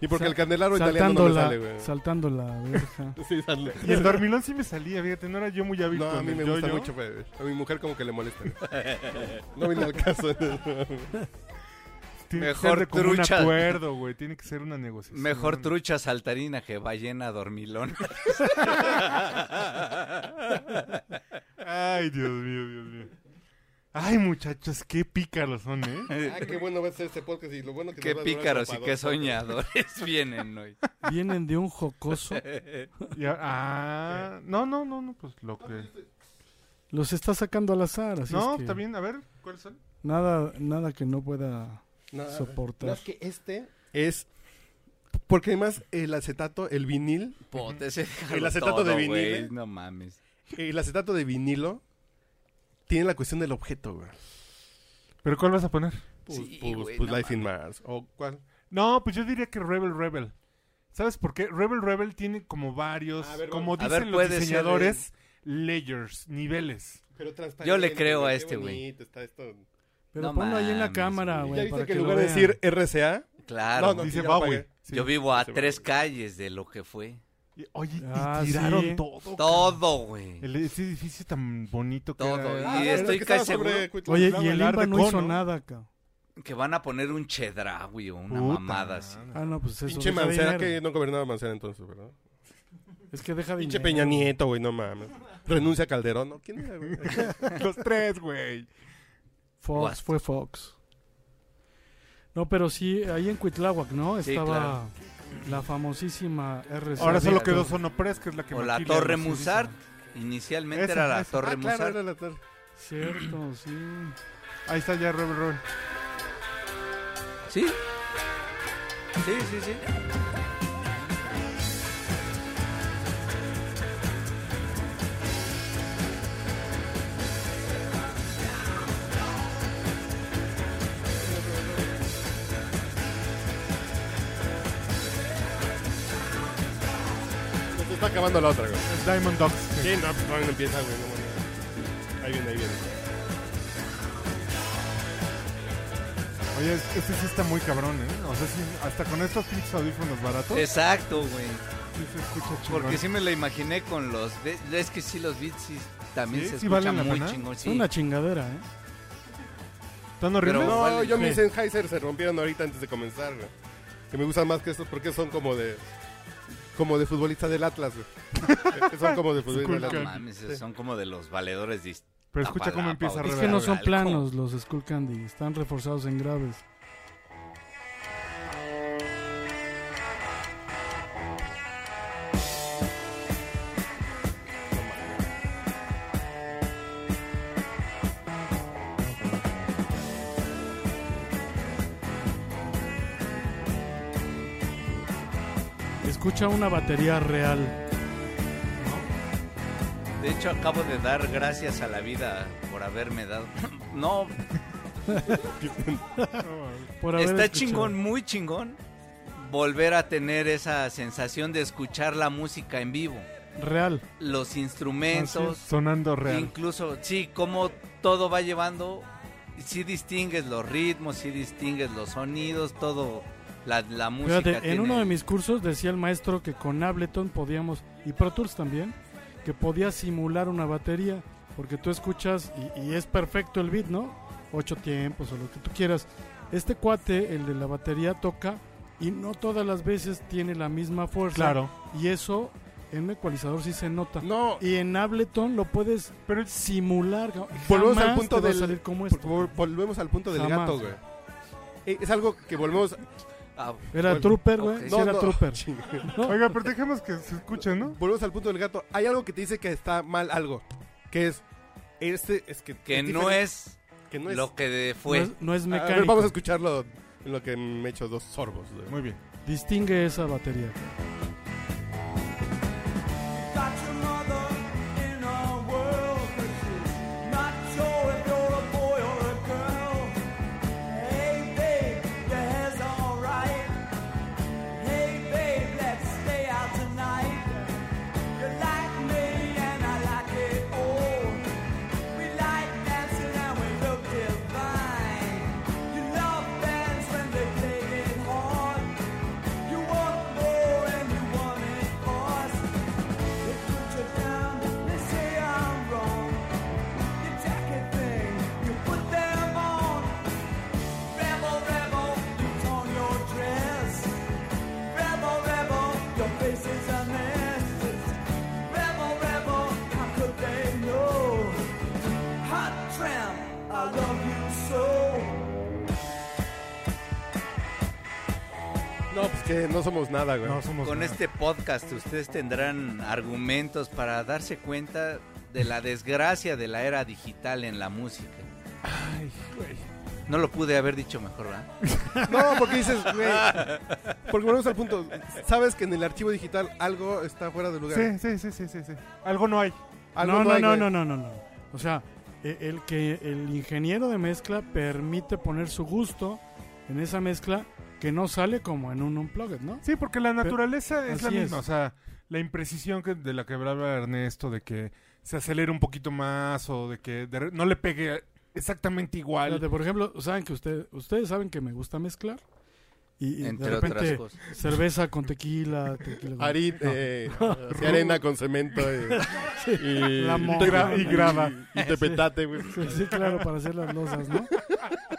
[SPEAKER 2] Y porque el candelaro italiano no
[SPEAKER 5] saltando,
[SPEAKER 2] me
[SPEAKER 5] la,
[SPEAKER 2] sale, güey.
[SPEAKER 5] saltando la verja.
[SPEAKER 2] Sí, sale.
[SPEAKER 3] Y el dormilón sí me salía, fíjate, no era yo muy hábil
[SPEAKER 2] No,
[SPEAKER 3] con
[SPEAKER 2] a mí
[SPEAKER 3] el
[SPEAKER 2] me gusta
[SPEAKER 3] yo-yo.
[SPEAKER 2] mucho, güey. A mi mujer como que le molesta. No vine al caso.
[SPEAKER 3] Tiene
[SPEAKER 4] Mejor
[SPEAKER 3] que ser de como
[SPEAKER 4] trucha.
[SPEAKER 3] un acuerdo, güey. Tiene que ser una negociación.
[SPEAKER 4] Mejor trucha saltarina que ballena dormilón.
[SPEAKER 2] Ah,
[SPEAKER 3] Ay, Dios mío, Dios mío. Ay, muchachos, qué pícaros son, ¿eh?
[SPEAKER 2] Ah, qué bueno va a ser este podcast y lo bueno que
[SPEAKER 4] qué pícaros y qué soñadores vienen hoy.
[SPEAKER 5] Vienen de un jocoso.
[SPEAKER 3] Y a- ah, no, no, no, no, pues lo que.
[SPEAKER 5] Los está sacando al azar. Así
[SPEAKER 3] No,
[SPEAKER 5] es que
[SPEAKER 3] está bien, a ver, ¿cuáles son?
[SPEAKER 5] Nada, nada que no pueda soportar.
[SPEAKER 2] que este es porque además el acetato, el vinil,
[SPEAKER 4] Pote, ese déjalo
[SPEAKER 2] El acetato
[SPEAKER 4] todo,
[SPEAKER 2] de vinil,
[SPEAKER 4] güey,
[SPEAKER 2] ¿eh?
[SPEAKER 4] No mames.
[SPEAKER 2] el acetato de vinilo tiene la cuestión del objeto, güey.
[SPEAKER 3] ¿Pero cuál vas a poner?
[SPEAKER 2] Pues,
[SPEAKER 4] Sí,
[SPEAKER 2] pues,
[SPEAKER 4] güey,
[SPEAKER 2] pues
[SPEAKER 4] no
[SPEAKER 2] Life in Mars o cuál.
[SPEAKER 3] No, pues yo diría que Rebel Rebel. ¿Sabes por qué? Rebel Rebel tiene como varios,
[SPEAKER 2] A ver,
[SPEAKER 3] como
[SPEAKER 4] vamos.
[SPEAKER 3] dicen
[SPEAKER 4] A ver,
[SPEAKER 3] los
[SPEAKER 4] puede ser,
[SPEAKER 3] diseñadores, layers, niveles.
[SPEAKER 2] Pero
[SPEAKER 4] Yo le creo a este, güey.
[SPEAKER 2] Está esto.
[SPEAKER 5] Pero
[SPEAKER 4] No
[SPEAKER 5] ponlo ahí en la
[SPEAKER 4] mames,
[SPEAKER 5] cámara,
[SPEAKER 4] güey.
[SPEAKER 2] Ya viste
[SPEAKER 5] güey. para
[SPEAKER 2] que
[SPEAKER 5] que
[SPEAKER 2] en
[SPEAKER 5] lo
[SPEAKER 2] lugar de
[SPEAKER 5] vean.
[SPEAKER 2] decir RCA,
[SPEAKER 4] Claro.
[SPEAKER 2] no, no,
[SPEAKER 3] Dice
[SPEAKER 2] sí, ya
[SPEAKER 3] va,
[SPEAKER 2] apagué.
[SPEAKER 3] güey.
[SPEAKER 2] Sí.
[SPEAKER 4] Yo vivo a
[SPEAKER 2] Sí,
[SPEAKER 4] tres calles de lo que fue.
[SPEAKER 3] Y- Oye, y
[SPEAKER 5] Ah,
[SPEAKER 3] tiraron
[SPEAKER 5] sí.
[SPEAKER 3] todo.
[SPEAKER 4] Todo, güey.
[SPEAKER 3] El, ese edificio tan bonito que
[SPEAKER 4] Todo.
[SPEAKER 3] era.
[SPEAKER 2] Ah,
[SPEAKER 4] Y
[SPEAKER 2] era
[SPEAKER 4] estoy
[SPEAKER 2] que estaba
[SPEAKER 4] casi
[SPEAKER 2] sobre
[SPEAKER 4] seguro
[SPEAKER 2] Cuitla-
[SPEAKER 5] Oye,
[SPEAKER 3] Claro,
[SPEAKER 5] y
[SPEAKER 3] el
[SPEAKER 5] el IMBA no
[SPEAKER 3] Arco,
[SPEAKER 5] hizo
[SPEAKER 3] ¿no?
[SPEAKER 5] nada, cabrón.
[SPEAKER 4] Que van a poner un chedra, güey, o una
[SPEAKER 3] Puta
[SPEAKER 4] mamada así.
[SPEAKER 3] madre.
[SPEAKER 5] Ah, no, pues eso.
[SPEAKER 2] Pinche
[SPEAKER 5] deja de
[SPEAKER 2] Mancera
[SPEAKER 5] dinero.
[SPEAKER 2] que no gobernaba Mancera entonces, ¿verdad?
[SPEAKER 5] Es que deja de
[SPEAKER 2] Pinche
[SPEAKER 5] dinero.
[SPEAKER 2] Peña Nieto, güey, no mames. Renuncia a Calderón, ¿no? ¿Quién era, güey?
[SPEAKER 3] Los tres, güey.
[SPEAKER 5] Fox,
[SPEAKER 4] Guas.
[SPEAKER 5] fue Fox. No, pero sí, ahí en Cuitláhuac, ¿no?
[SPEAKER 4] Sí,
[SPEAKER 5] Estaba la famosísima RCA.
[SPEAKER 3] Ahora solo
[SPEAKER 5] Víctor.
[SPEAKER 3] quedó Sonopres, que es la que
[SPEAKER 4] O la
[SPEAKER 3] maquilla
[SPEAKER 4] Torre
[SPEAKER 3] los
[SPEAKER 4] Musart.
[SPEAKER 3] edificios.
[SPEAKER 4] Inicialmente
[SPEAKER 3] Esa,
[SPEAKER 4] era la
[SPEAKER 3] esa.
[SPEAKER 4] Torre
[SPEAKER 2] Ah,
[SPEAKER 4] Musart.
[SPEAKER 2] claro, era la torre.
[SPEAKER 5] Cierto, sí.
[SPEAKER 3] Ahí está ya Robert Robert.
[SPEAKER 4] Sí. Sí, sí, sí.
[SPEAKER 2] Se está acabando la otra, güey.
[SPEAKER 3] Es Diamond Dogs.
[SPEAKER 2] Sí, no, pues todavía no empieza, güey. no mames. ahí viene, ahí viene.
[SPEAKER 3] Oye, es- este sí está muy cabrón, ¿eh? O sea, sí, hasta con estos pinches audífonos baratos.
[SPEAKER 4] Exacto, güey.
[SPEAKER 3] Sí se escucha chingón.
[SPEAKER 4] Porque sí me la imaginé con los. be- Es que sí, los beats sí también
[SPEAKER 3] ¿Sí?
[SPEAKER 4] se
[SPEAKER 3] ¿Sí
[SPEAKER 4] escuchan
[SPEAKER 3] valen la
[SPEAKER 4] muy
[SPEAKER 3] pena?
[SPEAKER 4] chingón.
[SPEAKER 5] Es
[SPEAKER 4] Sí.
[SPEAKER 5] una chingadera, ¿eh?
[SPEAKER 3] ¿Están horribles?
[SPEAKER 4] Pero-
[SPEAKER 2] No,
[SPEAKER 4] ¿Cuál?
[SPEAKER 2] yo mis
[SPEAKER 5] Sí.
[SPEAKER 2] Sennheiser se rompieron ahorita antes de comenzar, güey. Que me gustan más que estos porque son como de. Como de futbolista del Atlas, güey. Que son como de futbolista
[SPEAKER 4] No
[SPEAKER 2] del Atlas.
[SPEAKER 4] mames, son como de los valedores de
[SPEAKER 3] Pero escucha cómo
[SPEAKER 4] Tapalapa,
[SPEAKER 3] empieza a
[SPEAKER 4] güey.
[SPEAKER 5] Es
[SPEAKER 4] Pero
[SPEAKER 5] que no
[SPEAKER 4] real,
[SPEAKER 5] son
[SPEAKER 4] ¿cómo?
[SPEAKER 5] planos los Skullcandy, están reforzados en graves. Escucha una batería real.
[SPEAKER 4] De hecho, acabo de dar gracias a la vida por haberme dado. No,
[SPEAKER 5] Por haber
[SPEAKER 4] está
[SPEAKER 5] escuchado.
[SPEAKER 4] chingón, muy chingón. Volver a tener esa sensación de escuchar la música en vivo.
[SPEAKER 5] Real.
[SPEAKER 4] Los
[SPEAKER 3] Así,
[SPEAKER 4] instrumentos,
[SPEAKER 3] sonando real.
[SPEAKER 4] incluso, sí, cómo todo va llevando. Sí distingues los ritmos, sí distingues los sonidos, todo. La, la música.
[SPEAKER 5] Fíjate, en
[SPEAKER 4] tiene-
[SPEAKER 5] uno de mis cursos decía el maestro que con Ableton podíamos, y Pro Tools también, que podía simular una batería, porque tú escuchas y, y es perfecto el beat, ¿no? Ocho tiempos o lo que tú quieras. Este cuate, el de la batería, toca y no todas las veces tiene la misma fuerza.
[SPEAKER 3] Claro.
[SPEAKER 5] Y eso en un ecualizador sí se nota.
[SPEAKER 2] No,
[SPEAKER 5] Y en Ableton lo puedes
[SPEAKER 3] Pero
[SPEAKER 5] simular. cabrón.
[SPEAKER 2] Volvemos
[SPEAKER 5] Jamás
[SPEAKER 2] al punto
[SPEAKER 5] te va a
[SPEAKER 2] del-
[SPEAKER 5] salir como
[SPEAKER 2] por
[SPEAKER 5] esto.
[SPEAKER 2] favor, volvemos al punto del
[SPEAKER 5] pues, Jamás.
[SPEAKER 2] gato, güey. Eh, Es algo que volvemos.
[SPEAKER 4] Ah,
[SPEAKER 5] Era
[SPEAKER 2] Bueno,
[SPEAKER 5] Trooper, güey.
[SPEAKER 4] ok.
[SPEAKER 5] sí
[SPEAKER 2] No,
[SPEAKER 5] era
[SPEAKER 2] no,
[SPEAKER 5] Trooper.
[SPEAKER 2] chinga.
[SPEAKER 3] Oiga, pero dejemos que se escuche, ¿no?
[SPEAKER 2] Volvemos al punto del gato. Hay algo que te dice que está mal algo. Que es. Este es que.
[SPEAKER 4] que
[SPEAKER 2] es
[SPEAKER 4] no
[SPEAKER 2] diferente,
[SPEAKER 4] es
[SPEAKER 2] Que no es.
[SPEAKER 4] lo que de-
[SPEAKER 5] No
[SPEAKER 4] fue.
[SPEAKER 5] es, no es
[SPEAKER 2] A ver,
[SPEAKER 5] mecánico.
[SPEAKER 2] vamos a escucharlo en lo que me echo dos sorbos. güey.
[SPEAKER 3] Muy bien.
[SPEAKER 5] Distingue esa batería.
[SPEAKER 1] Got your mother in a world, but she's not sure if you're a boy or a girl. Hey babe, your hair's alright. Hey babe, let's stay out tonight. You like me and I like it all. We like dancing and we look divine. You love bands when they play it hard. You want more and you want it fast. They put you down, they say I'm wrong. You take a thing, you put them on. Rebel, rebel, you torn your dress. Rebel, rebel, your face is a mess. Rebel, rebel, how could they know? Hot tramp, I love you so.
[SPEAKER 2] No, pues que no somos nada, güey.
[SPEAKER 3] No somos.
[SPEAKER 4] Con
[SPEAKER 3] nada.
[SPEAKER 4] este podcast ustedes tendrán argumentos para darse cuenta de la desgracia de la era digital en la música. No lo pude haber dicho mejor, ¿verdad?
[SPEAKER 2] No, porque dices, güey. Porque volvemos al punto. Sabes que en el archivo digital algo está fuera de lugar.
[SPEAKER 3] Sí,
[SPEAKER 4] este
[SPEAKER 3] sí, sí, sí, sí, sí. Algo no hay.
[SPEAKER 2] Algo
[SPEAKER 5] no, no,
[SPEAKER 2] Ah, hay,
[SPEAKER 5] no,
[SPEAKER 2] güey.
[SPEAKER 5] no, no, no, no. O sea, e- el que el ingeniero de mezcla permite poner su gusto en esa mezcla que no sale como en un unplugged, ¿no?
[SPEAKER 3] Sí, porque la naturaleza es la
[SPEAKER 5] así
[SPEAKER 3] misma. O
[SPEAKER 5] es.
[SPEAKER 3] sea, la imprecisión que, de la que hablaba Ernesto, de que se acelere un poquito más o de que de re- no le pegue exactamente igual.
[SPEAKER 5] Fíjate, por ejemplo, saben que usted, ustedes saben que me gusta mezclar. Y, y
[SPEAKER 4] Entre
[SPEAKER 5] de
[SPEAKER 4] otras
[SPEAKER 5] repente,
[SPEAKER 4] cosas.
[SPEAKER 5] cerveza con tequila, tequila con-
[SPEAKER 2] Ari,
[SPEAKER 5] No.
[SPEAKER 2] eh, sí, arena con cemento eh, y,
[SPEAKER 5] La
[SPEAKER 2] y
[SPEAKER 5] mona.
[SPEAKER 2] gra- y grava
[SPEAKER 5] Sí.
[SPEAKER 2] y tepetate, güey.
[SPEAKER 5] Sí, sí, claro, para hacer las losas, ¿no?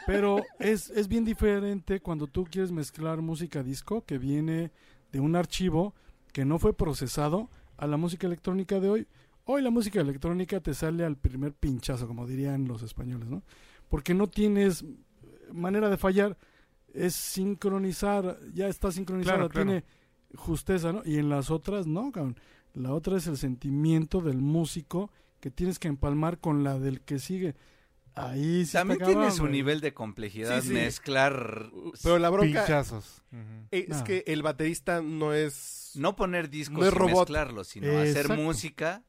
[SPEAKER 5] Pero es, es bien diferente cuando tú quieres mezclar música disco que viene de un archivo que no fue procesado a la música electrónica de hoy. Hoy la música electrónica te sale al primer pinchazo, como dirían los españoles, ¿no? Porque no tienes manera de fallar, es sincronizar, ya está sincronizada,
[SPEAKER 3] Claro, claro.
[SPEAKER 5] tiene justeza, ¿no? Y en las otras, no, cabrón. La otra es el sentimiento del músico que tienes que empalmar con la del que sigue. Ahí sí
[SPEAKER 4] También
[SPEAKER 5] está cabrón,
[SPEAKER 4] tiene su
[SPEAKER 5] güey.
[SPEAKER 4] nivel de complejidad
[SPEAKER 2] Sí, sí.
[SPEAKER 4] mezclar.
[SPEAKER 2] Pero la bronca
[SPEAKER 3] Pinchazos. Ujú.
[SPEAKER 2] es
[SPEAKER 5] No.
[SPEAKER 2] que el baterista no es...
[SPEAKER 4] No poner discos
[SPEAKER 2] No es
[SPEAKER 4] y
[SPEAKER 2] robot.
[SPEAKER 4] mezclarlos, sino hacer
[SPEAKER 5] Exacto.
[SPEAKER 4] música.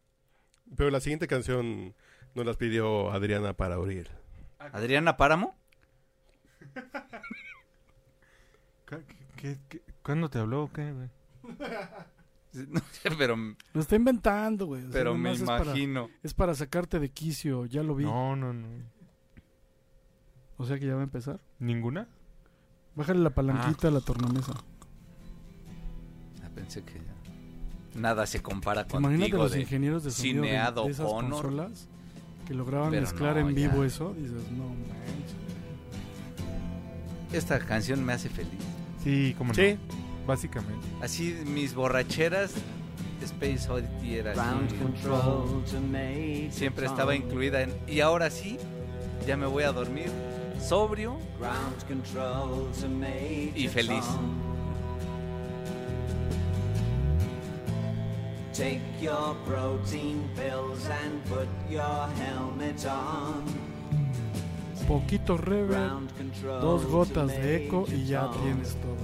[SPEAKER 2] Pero la siguiente canción nos las pidió Adriana para oír.
[SPEAKER 4] Adriana Páramo.
[SPEAKER 3] ¿Qué- qué- qué- ¿Cuándo te habló? o ¿Qué, güey?
[SPEAKER 4] No sé, pero,
[SPEAKER 5] Lo está inventando, güey. O sea,
[SPEAKER 4] pero me
[SPEAKER 5] nomás Pues es para-
[SPEAKER 4] imagino.
[SPEAKER 5] es para sacarte de quicio, ya lo vi.
[SPEAKER 3] No, no, no.
[SPEAKER 5] O sea que ya va a empezar.
[SPEAKER 3] ¿Ninguna?
[SPEAKER 5] Bájale la palanquita a la tornamesa.
[SPEAKER 4] Ah, pensé que nada se compara
[SPEAKER 5] Imagínate
[SPEAKER 4] contigo
[SPEAKER 5] los
[SPEAKER 4] de
[SPEAKER 5] ingenieros de sonido de-
[SPEAKER 4] Cineado
[SPEAKER 5] de, esas
[SPEAKER 4] Honor.
[SPEAKER 5] consolas que lograban
[SPEAKER 4] Pero
[SPEAKER 5] mezclar
[SPEAKER 4] no,
[SPEAKER 5] en vivo
[SPEAKER 4] ya.
[SPEAKER 5] eso. Dices, no manches.
[SPEAKER 4] esta canción me hace feliz.
[SPEAKER 3] Sí, como no.
[SPEAKER 2] Sí.
[SPEAKER 3] Básicamente.
[SPEAKER 4] Así mis borracheras Space Oddity era así. siempre estaba incluida en y ahora sí ya me voy a dormir sobrio y feliz.
[SPEAKER 1] Take your protein pills and put your helmet on.
[SPEAKER 5] Poquito reverb,
[SPEAKER 1] Ground control
[SPEAKER 5] dos gotas
[SPEAKER 1] to
[SPEAKER 5] de eco
[SPEAKER 1] Major
[SPEAKER 5] y ya
[SPEAKER 1] Tom.
[SPEAKER 5] tienes todo.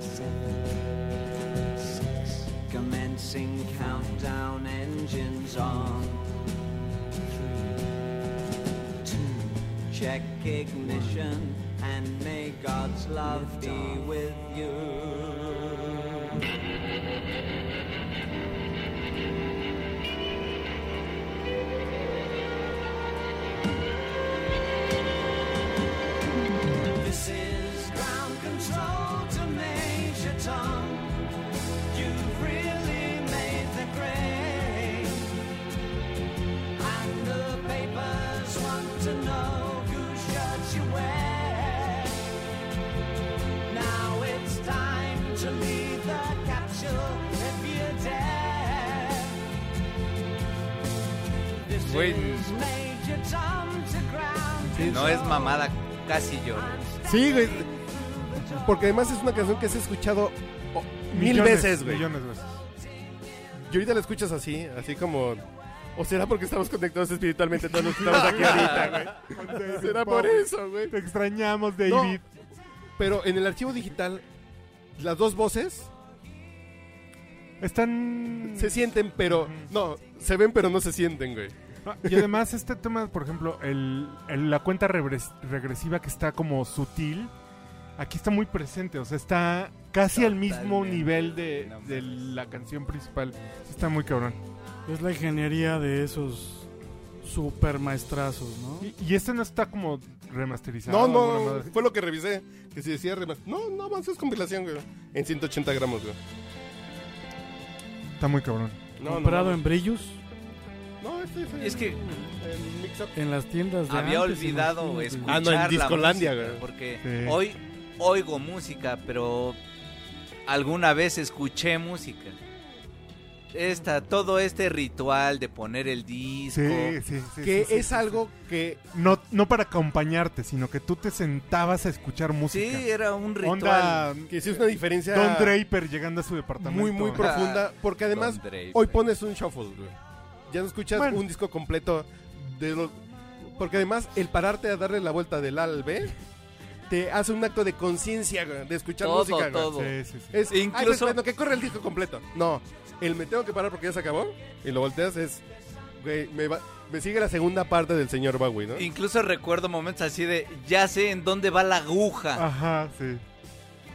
[SPEAKER 1] Seven, six, commencing countdown engines on. Three, two, check ignition and may God's love be with you. This is ground control to Major Tom. You've really made the grade. And the papers want to know whose shirt you wear. Now it's time to leave the capsule if you dare. This
[SPEAKER 4] Güey.
[SPEAKER 1] is Major Tom to ground
[SPEAKER 4] No es mamada, casi lloro.
[SPEAKER 2] Sí, güey. Porque además es una canción que has escuchado oh, mil
[SPEAKER 3] Millones,
[SPEAKER 2] veces, güey.
[SPEAKER 3] Millones de veces.
[SPEAKER 2] Y ahorita la escuchas así, así como... ¿O será porque estamos conectados espiritualmente todos los que estamos aquí ahorita, güey? ¿Será por eso, güey?
[SPEAKER 3] Te extrañamos,
[SPEAKER 2] No,
[SPEAKER 3] David.
[SPEAKER 2] pero en el archivo digital, las dos voces
[SPEAKER 3] Están...
[SPEAKER 2] se sienten, pero... No, se ven, pero no se sienten, güey.
[SPEAKER 3] Ah, Y además este tema, por ejemplo, el, el- la cuenta regres- regresiva que está como sutil, aquí está muy presente, o sea, está casi al mismo
[SPEAKER 4] Totalmente.
[SPEAKER 3] nivel de,
[SPEAKER 4] No
[SPEAKER 3] de la canción principal. Está muy cabrón.
[SPEAKER 5] Es la ingeniería de esos super maestrazos, ¿no?
[SPEAKER 3] Y, y este no está como remasterizado.
[SPEAKER 2] No,
[SPEAKER 3] alguna
[SPEAKER 2] no,
[SPEAKER 3] Ah, madre.
[SPEAKER 2] fue lo que revisé. Que si decía remas... No, no, más es compilación, güey. En 180 gramos, güey.
[SPEAKER 3] Está muy cabrón.
[SPEAKER 2] No,
[SPEAKER 5] Comprado
[SPEAKER 2] no,
[SPEAKER 5] en brillos,
[SPEAKER 2] no. No, este es
[SPEAKER 4] Es que-
[SPEAKER 2] el mix-up.
[SPEAKER 5] en las tiendas de
[SPEAKER 4] Había
[SPEAKER 5] antes,
[SPEAKER 4] olvidado
[SPEAKER 5] imagínate.
[SPEAKER 4] escuchar
[SPEAKER 2] Ah, no, en
[SPEAKER 4] la
[SPEAKER 2] Discolandia,
[SPEAKER 4] música,
[SPEAKER 2] güey.
[SPEAKER 4] porque
[SPEAKER 3] Sí.
[SPEAKER 4] hoy oigo música, pero alguna vez escuché música. Esta, todo este ritual de poner el disco.
[SPEAKER 3] Sí, sí, sí.
[SPEAKER 2] que
[SPEAKER 3] sí, sí,
[SPEAKER 2] es
[SPEAKER 3] sí.
[SPEAKER 2] algo que
[SPEAKER 3] No, no para acompañarte, sino que tú te sentabas a escuchar música.
[SPEAKER 4] Sí, era un ritual.
[SPEAKER 3] Onda
[SPEAKER 2] que sí es una diferencia
[SPEAKER 3] Don Draper llegando a su departamento.
[SPEAKER 2] muy muy profunda porque además
[SPEAKER 4] Don Draper.
[SPEAKER 2] hoy pones un shuffle, güey. Ya no escuchas
[SPEAKER 3] Bueno.
[SPEAKER 2] un disco completo de lo porque además el pararte a darle la vuelta del A al B te hace un acto de conciencia güey, de escuchar
[SPEAKER 4] Todo,
[SPEAKER 2] música. güey.
[SPEAKER 4] todo.
[SPEAKER 3] Sí, sí, sí.
[SPEAKER 2] Es
[SPEAKER 4] Incluso-
[SPEAKER 2] incluso que corre el disco completo. No, el me tengo que parar porque ya se acabó y lo volteas es güey, me va- me sigue la segunda parte del señor Bowie, ¿no?
[SPEAKER 4] Incluso recuerdo momentos así de ya sé en dónde va la aguja
[SPEAKER 3] Ajá, sí.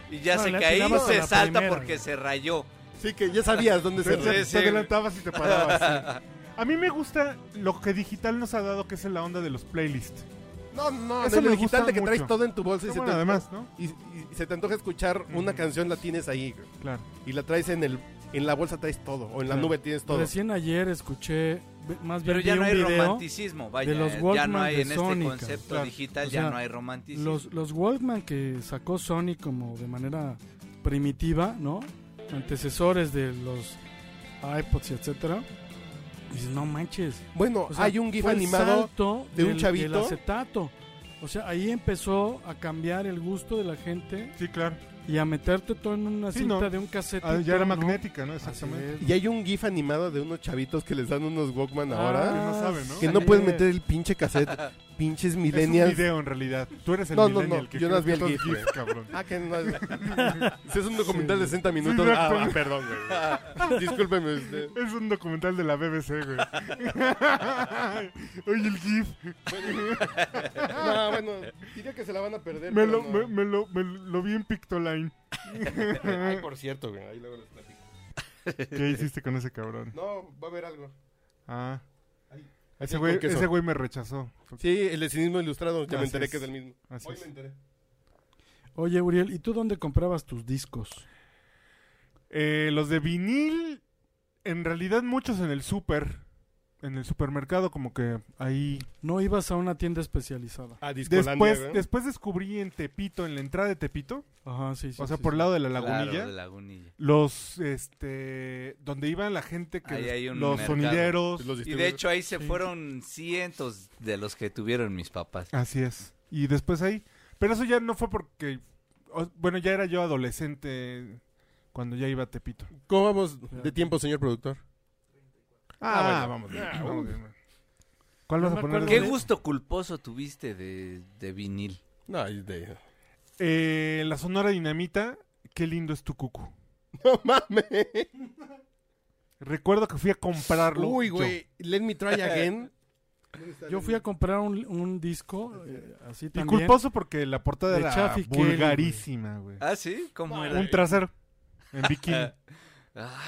[SPEAKER 4] y ya
[SPEAKER 5] Ah. No,
[SPEAKER 4] sé
[SPEAKER 5] le
[SPEAKER 4] que ahí
[SPEAKER 5] atinabas a
[SPEAKER 4] se
[SPEAKER 5] la
[SPEAKER 4] salta
[SPEAKER 5] primera,
[SPEAKER 4] porque
[SPEAKER 5] güey.
[SPEAKER 4] se rayó.
[SPEAKER 2] Sí que ya sabías dónde se
[SPEAKER 4] Sí,
[SPEAKER 3] Te,
[SPEAKER 4] sí,
[SPEAKER 3] te
[SPEAKER 4] güey.
[SPEAKER 3] adelantabas y te parabas. sí. A mí me gusta lo que digital nos ha dado, que es la onda de los playlists.
[SPEAKER 2] No, no,
[SPEAKER 3] Eso
[SPEAKER 2] no es
[SPEAKER 3] me
[SPEAKER 2] lo digital
[SPEAKER 3] gusta
[SPEAKER 2] de que traes
[SPEAKER 3] mucho.
[SPEAKER 2] todo en tu bolsa y
[SPEAKER 3] Pero
[SPEAKER 2] se,
[SPEAKER 3] bueno,
[SPEAKER 2] te,
[SPEAKER 3] además, ¿no?
[SPEAKER 2] y, y se te antoja escuchar una canción, la tienes ahí. güey.
[SPEAKER 3] Claro.
[SPEAKER 2] Y la traes en el en la bolsa traes todo o en la
[SPEAKER 5] Claro.
[SPEAKER 2] nube tienes todo.
[SPEAKER 5] Recién ayer escuché, ve- más bien
[SPEAKER 4] Pero ya
[SPEAKER 5] vi
[SPEAKER 4] no
[SPEAKER 5] un
[SPEAKER 4] hay
[SPEAKER 5] video.
[SPEAKER 4] romanticismo, vaya.
[SPEAKER 5] de los
[SPEAKER 4] ya
[SPEAKER 5] Walkman
[SPEAKER 4] no hay
[SPEAKER 5] de
[SPEAKER 4] en este
[SPEAKER 5] Sony,
[SPEAKER 4] concepto
[SPEAKER 5] claro.
[SPEAKER 4] digital,
[SPEAKER 5] O
[SPEAKER 4] ya
[SPEAKER 5] sea,
[SPEAKER 4] no hay romanticismo.
[SPEAKER 5] Los, los Walkman que sacó Sony como de manera primitiva, ¿no? Antecesores de los iPods, y etcétera. Dices, no manches.
[SPEAKER 2] Bueno,
[SPEAKER 5] O sea,
[SPEAKER 2] hay un GIF
[SPEAKER 5] fue el
[SPEAKER 2] animado.
[SPEAKER 5] salto
[SPEAKER 2] de un
[SPEAKER 5] del-
[SPEAKER 2] chavito.
[SPEAKER 5] del acetato. O sea, ahí empezó a cambiar el gusto de la gente
[SPEAKER 3] Sí, claro.
[SPEAKER 5] y a meterte todo en una
[SPEAKER 3] Sí,
[SPEAKER 5] cinta
[SPEAKER 3] no.
[SPEAKER 5] de un cassette.
[SPEAKER 3] Ah, ya era
[SPEAKER 5] ¿no?
[SPEAKER 3] magnética, ¿no?
[SPEAKER 5] Así
[SPEAKER 3] Exactamente.
[SPEAKER 5] es.
[SPEAKER 2] Y hay un GIF animado de unos chavitos que les dan unos Walkman ahora.
[SPEAKER 3] Ah, no saben, ¿no?
[SPEAKER 2] Que no puedes meter el pinche cassette. pinches
[SPEAKER 3] Es un
[SPEAKER 2] millennials.
[SPEAKER 3] video en realidad. Tú eres el
[SPEAKER 2] No, no, no,
[SPEAKER 3] millennial que
[SPEAKER 2] yo no
[SPEAKER 3] crees
[SPEAKER 2] vi el
[SPEAKER 3] que
[SPEAKER 2] GIF,
[SPEAKER 3] todo es cabrón.
[SPEAKER 2] Ah, que no. Si es un documental de 60 minutos.
[SPEAKER 3] Sí,
[SPEAKER 2] ah, ah,
[SPEAKER 3] exacto.
[SPEAKER 2] perdón, güey. Discúlpeme usted.
[SPEAKER 3] Es un documental de la BBC, güey. Oye, el GIF.
[SPEAKER 2] No, bueno, diría que se la van a perder.
[SPEAKER 3] Me
[SPEAKER 2] pero
[SPEAKER 3] lo,
[SPEAKER 2] no.
[SPEAKER 3] me, me lo, me lo vi en Pictoline.
[SPEAKER 2] Ay, por cierto, güey, ahí luego les platico.
[SPEAKER 3] ¿Qué hiciste con ese cabrón?
[SPEAKER 2] No, va a haber algo.
[SPEAKER 3] Ah. Ese
[SPEAKER 2] Con
[SPEAKER 3] güey,
[SPEAKER 2] queso.
[SPEAKER 3] ese güey me rechazó.
[SPEAKER 2] Sí, el de cinismo ilustrado, ya
[SPEAKER 3] Así
[SPEAKER 2] me enteré
[SPEAKER 3] es.
[SPEAKER 2] que es el mismo.
[SPEAKER 3] Así
[SPEAKER 2] Hoy
[SPEAKER 3] es.
[SPEAKER 2] me enteré.
[SPEAKER 5] Oye, Uriel, ¿y tú dónde comprabas tus discos?
[SPEAKER 3] Eh, los de vinil, en realidad muchos en el súper. En el supermercado, como que ahí.
[SPEAKER 5] No ibas a una tienda especializada.
[SPEAKER 2] Ah,
[SPEAKER 3] Después, después descubrí en Tepito, en la entrada de Tepito,
[SPEAKER 5] Ajá, sí, sí.
[SPEAKER 3] o sea,
[SPEAKER 5] sí,
[SPEAKER 3] por el
[SPEAKER 5] sí.
[SPEAKER 3] lado de la
[SPEAKER 4] Claro,
[SPEAKER 3] lagunilla.
[SPEAKER 4] de Lagunilla.
[SPEAKER 3] Los, este, donde iba la gente que,
[SPEAKER 4] Ahí hay un
[SPEAKER 3] los
[SPEAKER 4] mercado.
[SPEAKER 3] sonideros.
[SPEAKER 2] Los
[SPEAKER 4] Y de hecho ahí se fueron cientos de los que tuvieron mis papás.
[SPEAKER 3] Así es. Y después ahí. Pero eso ya no fue porque, o- bueno, ya era yo adolescente cuando ya iba a Tepito.
[SPEAKER 2] ¿Cómo vamos de tiempo, señor productor?
[SPEAKER 3] Ah, vamos bien, vamos bien. ¿Cuál vas a poner?
[SPEAKER 4] ¿Qué gusto culposo tuviste de, de vinil?
[SPEAKER 2] No, es de...
[SPEAKER 3] Eh, la Sonora Dinamita, qué lindo es tu cucu.
[SPEAKER 2] No mames.
[SPEAKER 3] Recuerdo que fui a comprarlo.
[SPEAKER 2] Uy,
[SPEAKER 3] yo.
[SPEAKER 2] güey. Let me try again.
[SPEAKER 5] Yo fui a comprar un, un disco, eh, así
[SPEAKER 3] Y
[SPEAKER 5] también.
[SPEAKER 3] culposo porque la portada
[SPEAKER 5] De
[SPEAKER 3] era
[SPEAKER 5] Chaffee Kelly,
[SPEAKER 3] vulgarísima, güey.
[SPEAKER 4] Ah, sí, ¿cómo era?
[SPEAKER 3] Un trasero en bikini.
[SPEAKER 4] Ay,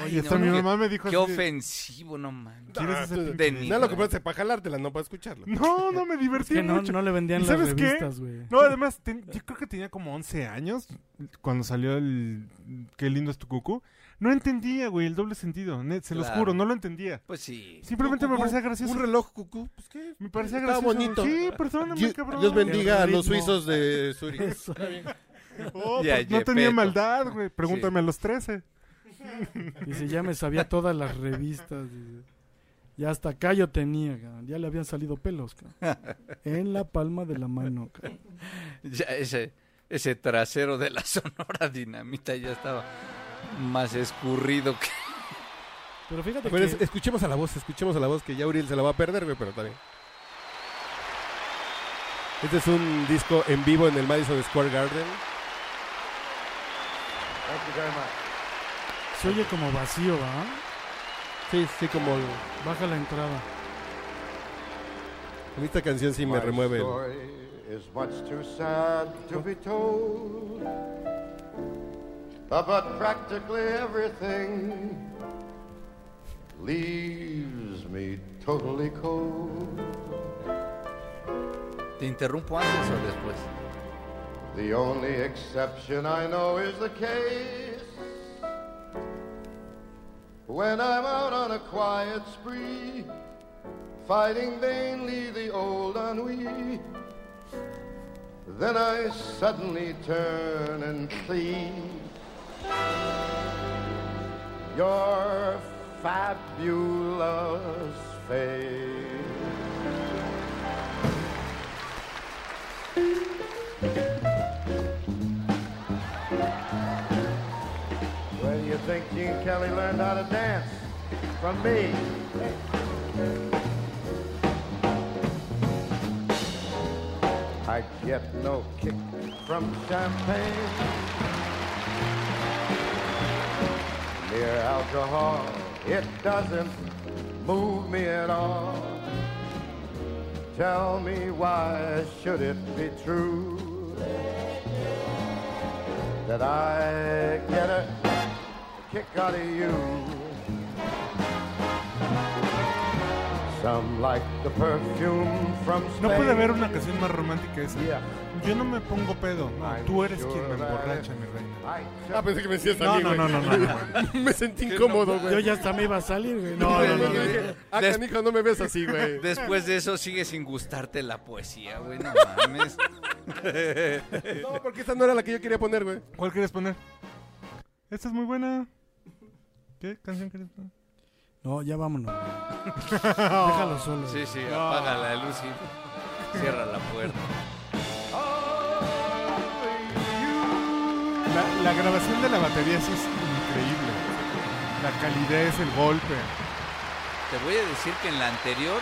[SPEAKER 3] Oye,
[SPEAKER 4] no,
[SPEAKER 3] hasta mi
[SPEAKER 4] qué-
[SPEAKER 3] mamá me dijo
[SPEAKER 4] Qué
[SPEAKER 3] así de,
[SPEAKER 4] ofensivo, no mames.
[SPEAKER 3] ¿Quieres
[SPEAKER 2] Ah,
[SPEAKER 3] ese
[SPEAKER 2] tú-
[SPEAKER 3] pinche
[SPEAKER 4] de
[SPEAKER 3] disco?
[SPEAKER 4] ni-
[SPEAKER 2] No lo compraste para jalártela, no para escucharla.
[SPEAKER 3] No, no, me divertí
[SPEAKER 5] que no,
[SPEAKER 3] mucho.
[SPEAKER 5] no le vendían
[SPEAKER 3] ¿Y
[SPEAKER 5] las
[SPEAKER 3] sabes qué?
[SPEAKER 5] revistas, güey.
[SPEAKER 3] No, además, ten- yo creo que tenía como 11 años cuando salió el Qué lindo es tu cucú. No entendía, güey, el doble sentido. net, se los
[SPEAKER 4] Claro.
[SPEAKER 3] juro, no lo entendía.
[SPEAKER 4] Pues sí.
[SPEAKER 3] Simplemente me
[SPEAKER 2] Cucú,
[SPEAKER 3] parecía gracioso.
[SPEAKER 2] Un reloj, cucú. Pues qué.
[SPEAKER 3] Me parecía
[SPEAKER 2] Estaba
[SPEAKER 3] gracioso.
[SPEAKER 2] bonito.
[SPEAKER 3] Sí, perdóname,
[SPEAKER 2] Dios,
[SPEAKER 3] cabrón.
[SPEAKER 2] Dios bendiga a
[SPEAKER 5] El
[SPEAKER 2] los
[SPEAKER 5] ritmo.
[SPEAKER 2] suizos de Zurich.
[SPEAKER 5] Eso.
[SPEAKER 3] Oh,
[SPEAKER 4] Ya,
[SPEAKER 3] pues, no tenía
[SPEAKER 4] Yepeto.
[SPEAKER 3] maldad, güey. Pregúntame a los 13.
[SPEAKER 5] Dice, ya me sabía todas las revistas. dice. Ya hasta acá yo tenía, cabrón. ya le habían salido pelos. cabrón. En la palma de la mano. cabrón.
[SPEAKER 4] Ya ese, ese trasero de la Sonora Dinamita ya estaba más escurrido que...
[SPEAKER 5] Pero
[SPEAKER 3] pues
[SPEAKER 5] fíjate
[SPEAKER 2] Pero
[SPEAKER 5] que...
[SPEAKER 2] es- escuchemos a la voz, escuchemos a la voz que ya Uriel se la va a perder, güey, pero está bien. Este es un disco en vivo en el Madison Square Garden.
[SPEAKER 5] Se oye como vacío, ¿va?
[SPEAKER 2] Sí, sí, como
[SPEAKER 5] Baja la entrada.
[SPEAKER 2] en esta canción sí me remueve. el-
[SPEAKER 9] is much too sad to be told about practically everything leaves me totally cold.
[SPEAKER 4] ¿Te interrumpo antes o después?
[SPEAKER 9] The only exception I know is the case when I'm out on a quiet spree, fighting vainly the old ennui. Then I suddenly turn and see your fabulous face. Where do you think Gene Kelly learned how to dance? From me. I get no kick from champagne. Mere alcohol, it doesn't move me at all. Tell me why should it be true that I get a kick out of you. Some like the perfume from
[SPEAKER 3] No
[SPEAKER 9] Spain.
[SPEAKER 3] puede haber una canción más romántica esa.
[SPEAKER 9] Yeah. ah,
[SPEAKER 3] Yo no me pongo pedo. No,
[SPEAKER 9] I'm
[SPEAKER 3] tú eres
[SPEAKER 9] sure
[SPEAKER 3] quien me
[SPEAKER 9] that
[SPEAKER 3] emborracha,
[SPEAKER 9] it-
[SPEAKER 3] mi reina.
[SPEAKER 9] I
[SPEAKER 2] Ah, pensé que me decías
[SPEAKER 3] No,
[SPEAKER 2] también,
[SPEAKER 3] no,
[SPEAKER 2] güey.
[SPEAKER 3] no, no, no. no.
[SPEAKER 2] Me sentí incómodo,
[SPEAKER 5] Yo
[SPEAKER 2] güey.
[SPEAKER 5] ya hasta me iba a salir, güey. No,
[SPEAKER 2] Güey,
[SPEAKER 5] no, no,
[SPEAKER 2] yo
[SPEAKER 5] no.
[SPEAKER 2] dije, Ah, canijo, no me ves así, güey.
[SPEAKER 4] Después de eso sigue sin gustarte la poesía, güey, no mames.
[SPEAKER 2] No, porque esta no era la que yo quería poner, güey.
[SPEAKER 3] ¿Cuál quieres poner? Esta es muy buena. ¿Qué canción quieres poner?
[SPEAKER 5] No, ya vámonos. güey. Déjalo solo.
[SPEAKER 4] Sí, sí, apaga la luz y cierra la puerta.
[SPEAKER 3] La, la grabación de la batería sí es increíble. La calidez, el golpe.
[SPEAKER 4] Te voy a decir que en la anterior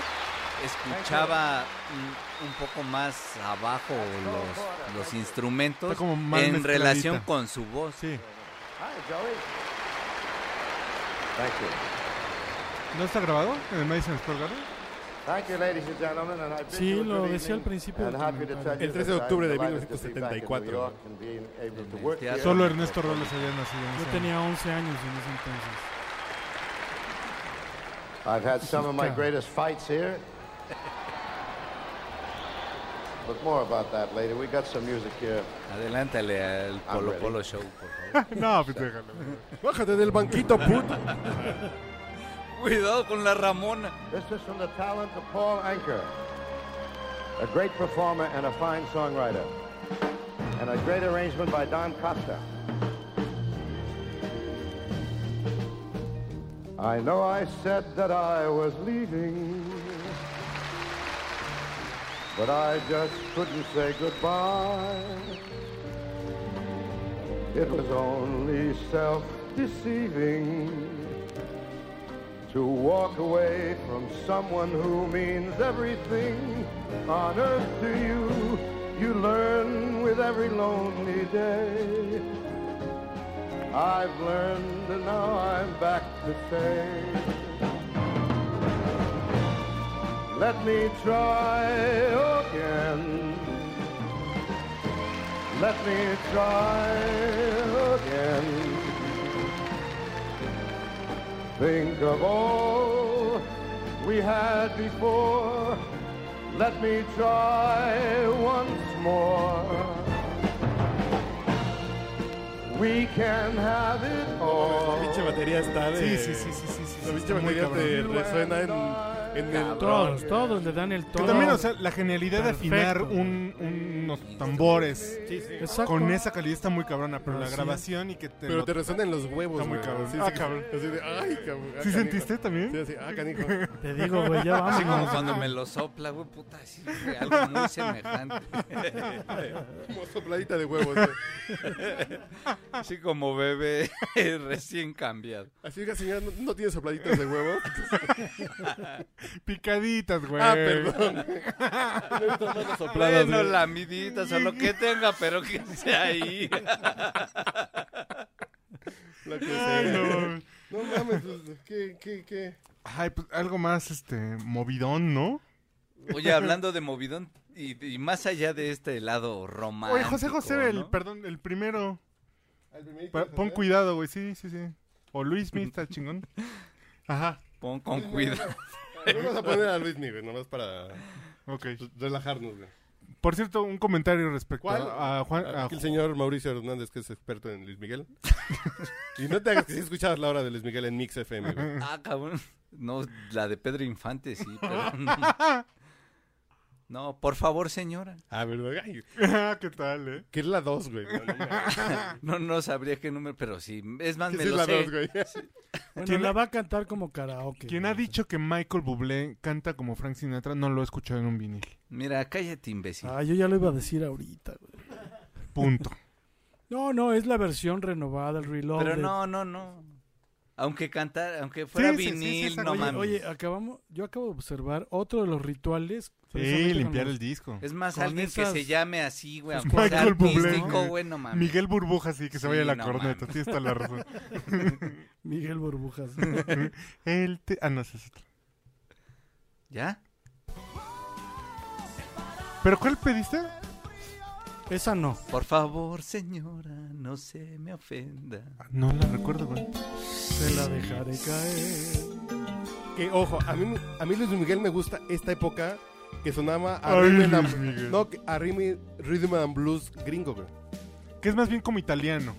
[SPEAKER 4] escuchaba un, un poco más abajo los, los instrumentos
[SPEAKER 3] Está como mal
[SPEAKER 4] en
[SPEAKER 3] mezcladita.
[SPEAKER 4] relación con su voz.
[SPEAKER 3] Sí.
[SPEAKER 9] Hi, Joey. Thank you.
[SPEAKER 3] ¿No está grabado en el Madison Square Garden?
[SPEAKER 9] Thank you, ladies and gentlemen, and I bid
[SPEAKER 5] Sí,
[SPEAKER 9] you a
[SPEAKER 5] lo
[SPEAKER 9] good
[SPEAKER 5] decía al
[SPEAKER 9] evening,
[SPEAKER 5] principio
[SPEAKER 9] and
[SPEAKER 5] del
[SPEAKER 9] happy to tell
[SPEAKER 5] comentario.
[SPEAKER 9] you
[SPEAKER 2] El 13
[SPEAKER 9] that
[SPEAKER 2] de
[SPEAKER 9] I'm
[SPEAKER 2] octubre de
[SPEAKER 9] delighted to be back in New
[SPEAKER 2] 1974.
[SPEAKER 9] York and being able to
[SPEAKER 4] En el
[SPEAKER 9] work
[SPEAKER 4] teatro.
[SPEAKER 9] here.
[SPEAKER 3] Solo Ernesto Robles había nacido en
[SPEAKER 5] Yo
[SPEAKER 3] ese
[SPEAKER 5] tenía 11 años en ese entonces.
[SPEAKER 9] I've had some of my greatest fights here. But more about that later. We got some music here.
[SPEAKER 4] Adelántale al Polo
[SPEAKER 9] ready.
[SPEAKER 4] Polo Show, por favor.
[SPEAKER 3] año. No, pues déjalo.
[SPEAKER 2] Bájate del banquito, put.
[SPEAKER 4] Cuidado con la Ramona.
[SPEAKER 9] This is from the talent of Paul Anker, a great performer and a fine songwriter, and a great arrangement by Don Costa. I know I said that I was leaving, but I just couldn't say goodbye. It was only self-deceiving to walk away from someone who means everything on earth to you. You learn with every lonely day. I've learned and now I'm back to say, let me try again. Let me try again. Think of all we had before. Let me try once more. We can have it all.
[SPEAKER 2] La pinche batería está de.
[SPEAKER 3] Sí, sí, sí, sí, sí. sí,
[SPEAKER 2] La
[SPEAKER 3] sí,
[SPEAKER 2] pinche
[SPEAKER 3] está muy
[SPEAKER 2] batería te
[SPEAKER 3] cabrón.
[SPEAKER 2] resuena en, en
[SPEAKER 4] Ah,
[SPEAKER 2] el.
[SPEAKER 5] Todos, todos le dan el
[SPEAKER 3] Que
[SPEAKER 5] tono.
[SPEAKER 3] también, o sea, la genialidad de afinar
[SPEAKER 5] Perfecto.
[SPEAKER 3] un- un- unos tambores
[SPEAKER 5] Exacto.
[SPEAKER 3] con esa calidad está muy cabrona, pero la
[SPEAKER 5] Así.
[SPEAKER 3] grabación y que te...
[SPEAKER 2] Pero
[SPEAKER 3] lo-
[SPEAKER 2] te resuena en los huevos,
[SPEAKER 3] Está muy
[SPEAKER 2] güey.
[SPEAKER 3] cabrón.
[SPEAKER 2] Sí, sí,
[SPEAKER 3] Ah, cabrón.
[SPEAKER 2] Así de, ay, cabrón. Ah,
[SPEAKER 3] ¿Sí
[SPEAKER 2] canijo.
[SPEAKER 3] sentiste también?
[SPEAKER 2] Sí, así, ah, canijo.
[SPEAKER 5] Te digo, güey, ya
[SPEAKER 4] Así como
[SPEAKER 5] vámonos.
[SPEAKER 4] cuando me lo sopla, güey, puta, es algo muy semejante.
[SPEAKER 2] Como sopladita de huevos, güey.
[SPEAKER 4] Así como bebé recién cambiado.
[SPEAKER 2] Así, oiga, señora, ¿no, no tiene sopladitas de huevo?
[SPEAKER 3] Picaditas, güey.
[SPEAKER 2] ah, perdón.
[SPEAKER 4] Bueno, la midita, o lo que tenga, pero que sea ahí.
[SPEAKER 2] La que
[SPEAKER 3] Ay,
[SPEAKER 2] sea.
[SPEAKER 3] no.
[SPEAKER 2] No mames, pues, ¿qué, qué, qué?
[SPEAKER 3] Ay, pues algo más, este, movidón, ¿no?
[SPEAKER 4] Oye, hablando de movidón y, y más allá de este lado romántico.
[SPEAKER 3] Oye, José José, el,
[SPEAKER 4] ¿no?
[SPEAKER 3] perdón, el primero.
[SPEAKER 2] Al primerito
[SPEAKER 3] Pa-
[SPEAKER 2] de
[SPEAKER 3] pon
[SPEAKER 2] José.
[SPEAKER 3] cuidado, güey, sí, sí, sí. O Luis Mi está chingón. Ajá,
[SPEAKER 4] Pon con cuidado.
[SPEAKER 2] Vamos a poner a Luis Nive, nomás para
[SPEAKER 3] ok.
[SPEAKER 2] relajarnos, güey.
[SPEAKER 3] Por cierto, un comentario respecto
[SPEAKER 2] ¿Cuál? Ah,
[SPEAKER 3] a Juan... a
[SPEAKER 2] Aquí el señor Mauricio Hernández, que es experto en Luis Miguel. y no te hagas que si escuchabas la hora de Luis Miguel en Mix FM, güey.
[SPEAKER 4] Ah, cabrón. No, la de Pedro Infante, sí, pero no. No, por favor, señora.
[SPEAKER 2] Ah, ¿verdad? Ay,
[SPEAKER 3] Ju- ¿Qué tal, eh?
[SPEAKER 2] que es la 2, güey. No, no mames.
[SPEAKER 3] Ah.
[SPEAKER 4] No, no sabría qué número, pero sí. Es más,
[SPEAKER 2] Que
[SPEAKER 4] me
[SPEAKER 2] sí es
[SPEAKER 4] lo
[SPEAKER 2] la
[SPEAKER 4] sé.
[SPEAKER 2] 2, güey.
[SPEAKER 5] Bueno,
[SPEAKER 3] ¿Quién-
[SPEAKER 5] la va a cantar como karaoke.
[SPEAKER 3] Quien ha dicho que Michael Bublé canta como Frank Sinatra no lo he escuchado en un vinil.
[SPEAKER 4] Mira, cállate, imbécil.
[SPEAKER 5] Ah, yo ya lo iba a decir ahorita, güey.
[SPEAKER 3] Punto.
[SPEAKER 5] No, no, es la versión renovada, el reload.
[SPEAKER 4] Pero no, no, no. Aunque cantar, aunque fuera
[SPEAKER 3] Sí, sí, sí, sí,
[SPEAKER 4] vinil,
[SPEAKER 3] esa-
[SPEAKER 4] no
[SPEAKER 5] oye,
[SPEAKER 4] mames.
[SPEAKER 5] oye, acabamos, yo acabo de observar otro de los rituales.
[SPEAKER 3] Sí,
[SPEAKER 5] precisamente con
[SPEAKER 3] limpiar
[SPEAKER 5] los-
[SPEAKER 3] el disco.
[SPEAKER 4] es más,
[SPEAKER 5] con
[SPEAKER 4] alguien que
[SPEAKER 5] esas-
[SPEAKER 4] se llame así, güey.
[SPEAKER 3] Pues
[SPEAKER 4] aunque sea
[SPEAKER 3] Michael Bublé,
[SPEAKER 4] artístico,
[SPEAKER 3] ¿no?
[SPEAKER 4] güey, no mames.
[SPEAKER 3] Miguel Burbuja, sí, que se vaya
[SPEAKER 4] Sí,
[SPEAKER 3] la
[SPEAKER 4] no
[SPEAKER 3] corneta.
[SPEAKER 4] mames.
[SPEAKER 3] Tienes toda la razón.
[SPEAKER 5] Miguel Burbujas.
[SPEAKER 3] El te... Ah, no, ese es otro.
[SPEAKER 4] ¿Ya?
[SPEAKER 3] ¿Pero cuál pediste?
[SPEAKER 5] Esa no.
[SPEAKER 4] Por favor, señora, no se me ofenda.
[SPEAKER 3] Ah, No la recuerdo, güey.
[SPEAKER 5] Se la dejaré caer.
[SPEAKER 2] Que ojo, a mí, a mí Luis Miguel me gusta esta época que sonaba a,
[SPEAKER 3] Ay,
[SPEAKER 2] rhythm
[SPEAKER 3] Luis
[SPEAKER 2] and,
[SPEAKER 3] Miguel.
[SPEAKER 2] no, que- a rhythm- rhythm and blues gringo, güey.
[SPEAKER 3] Que es más bien como italiano.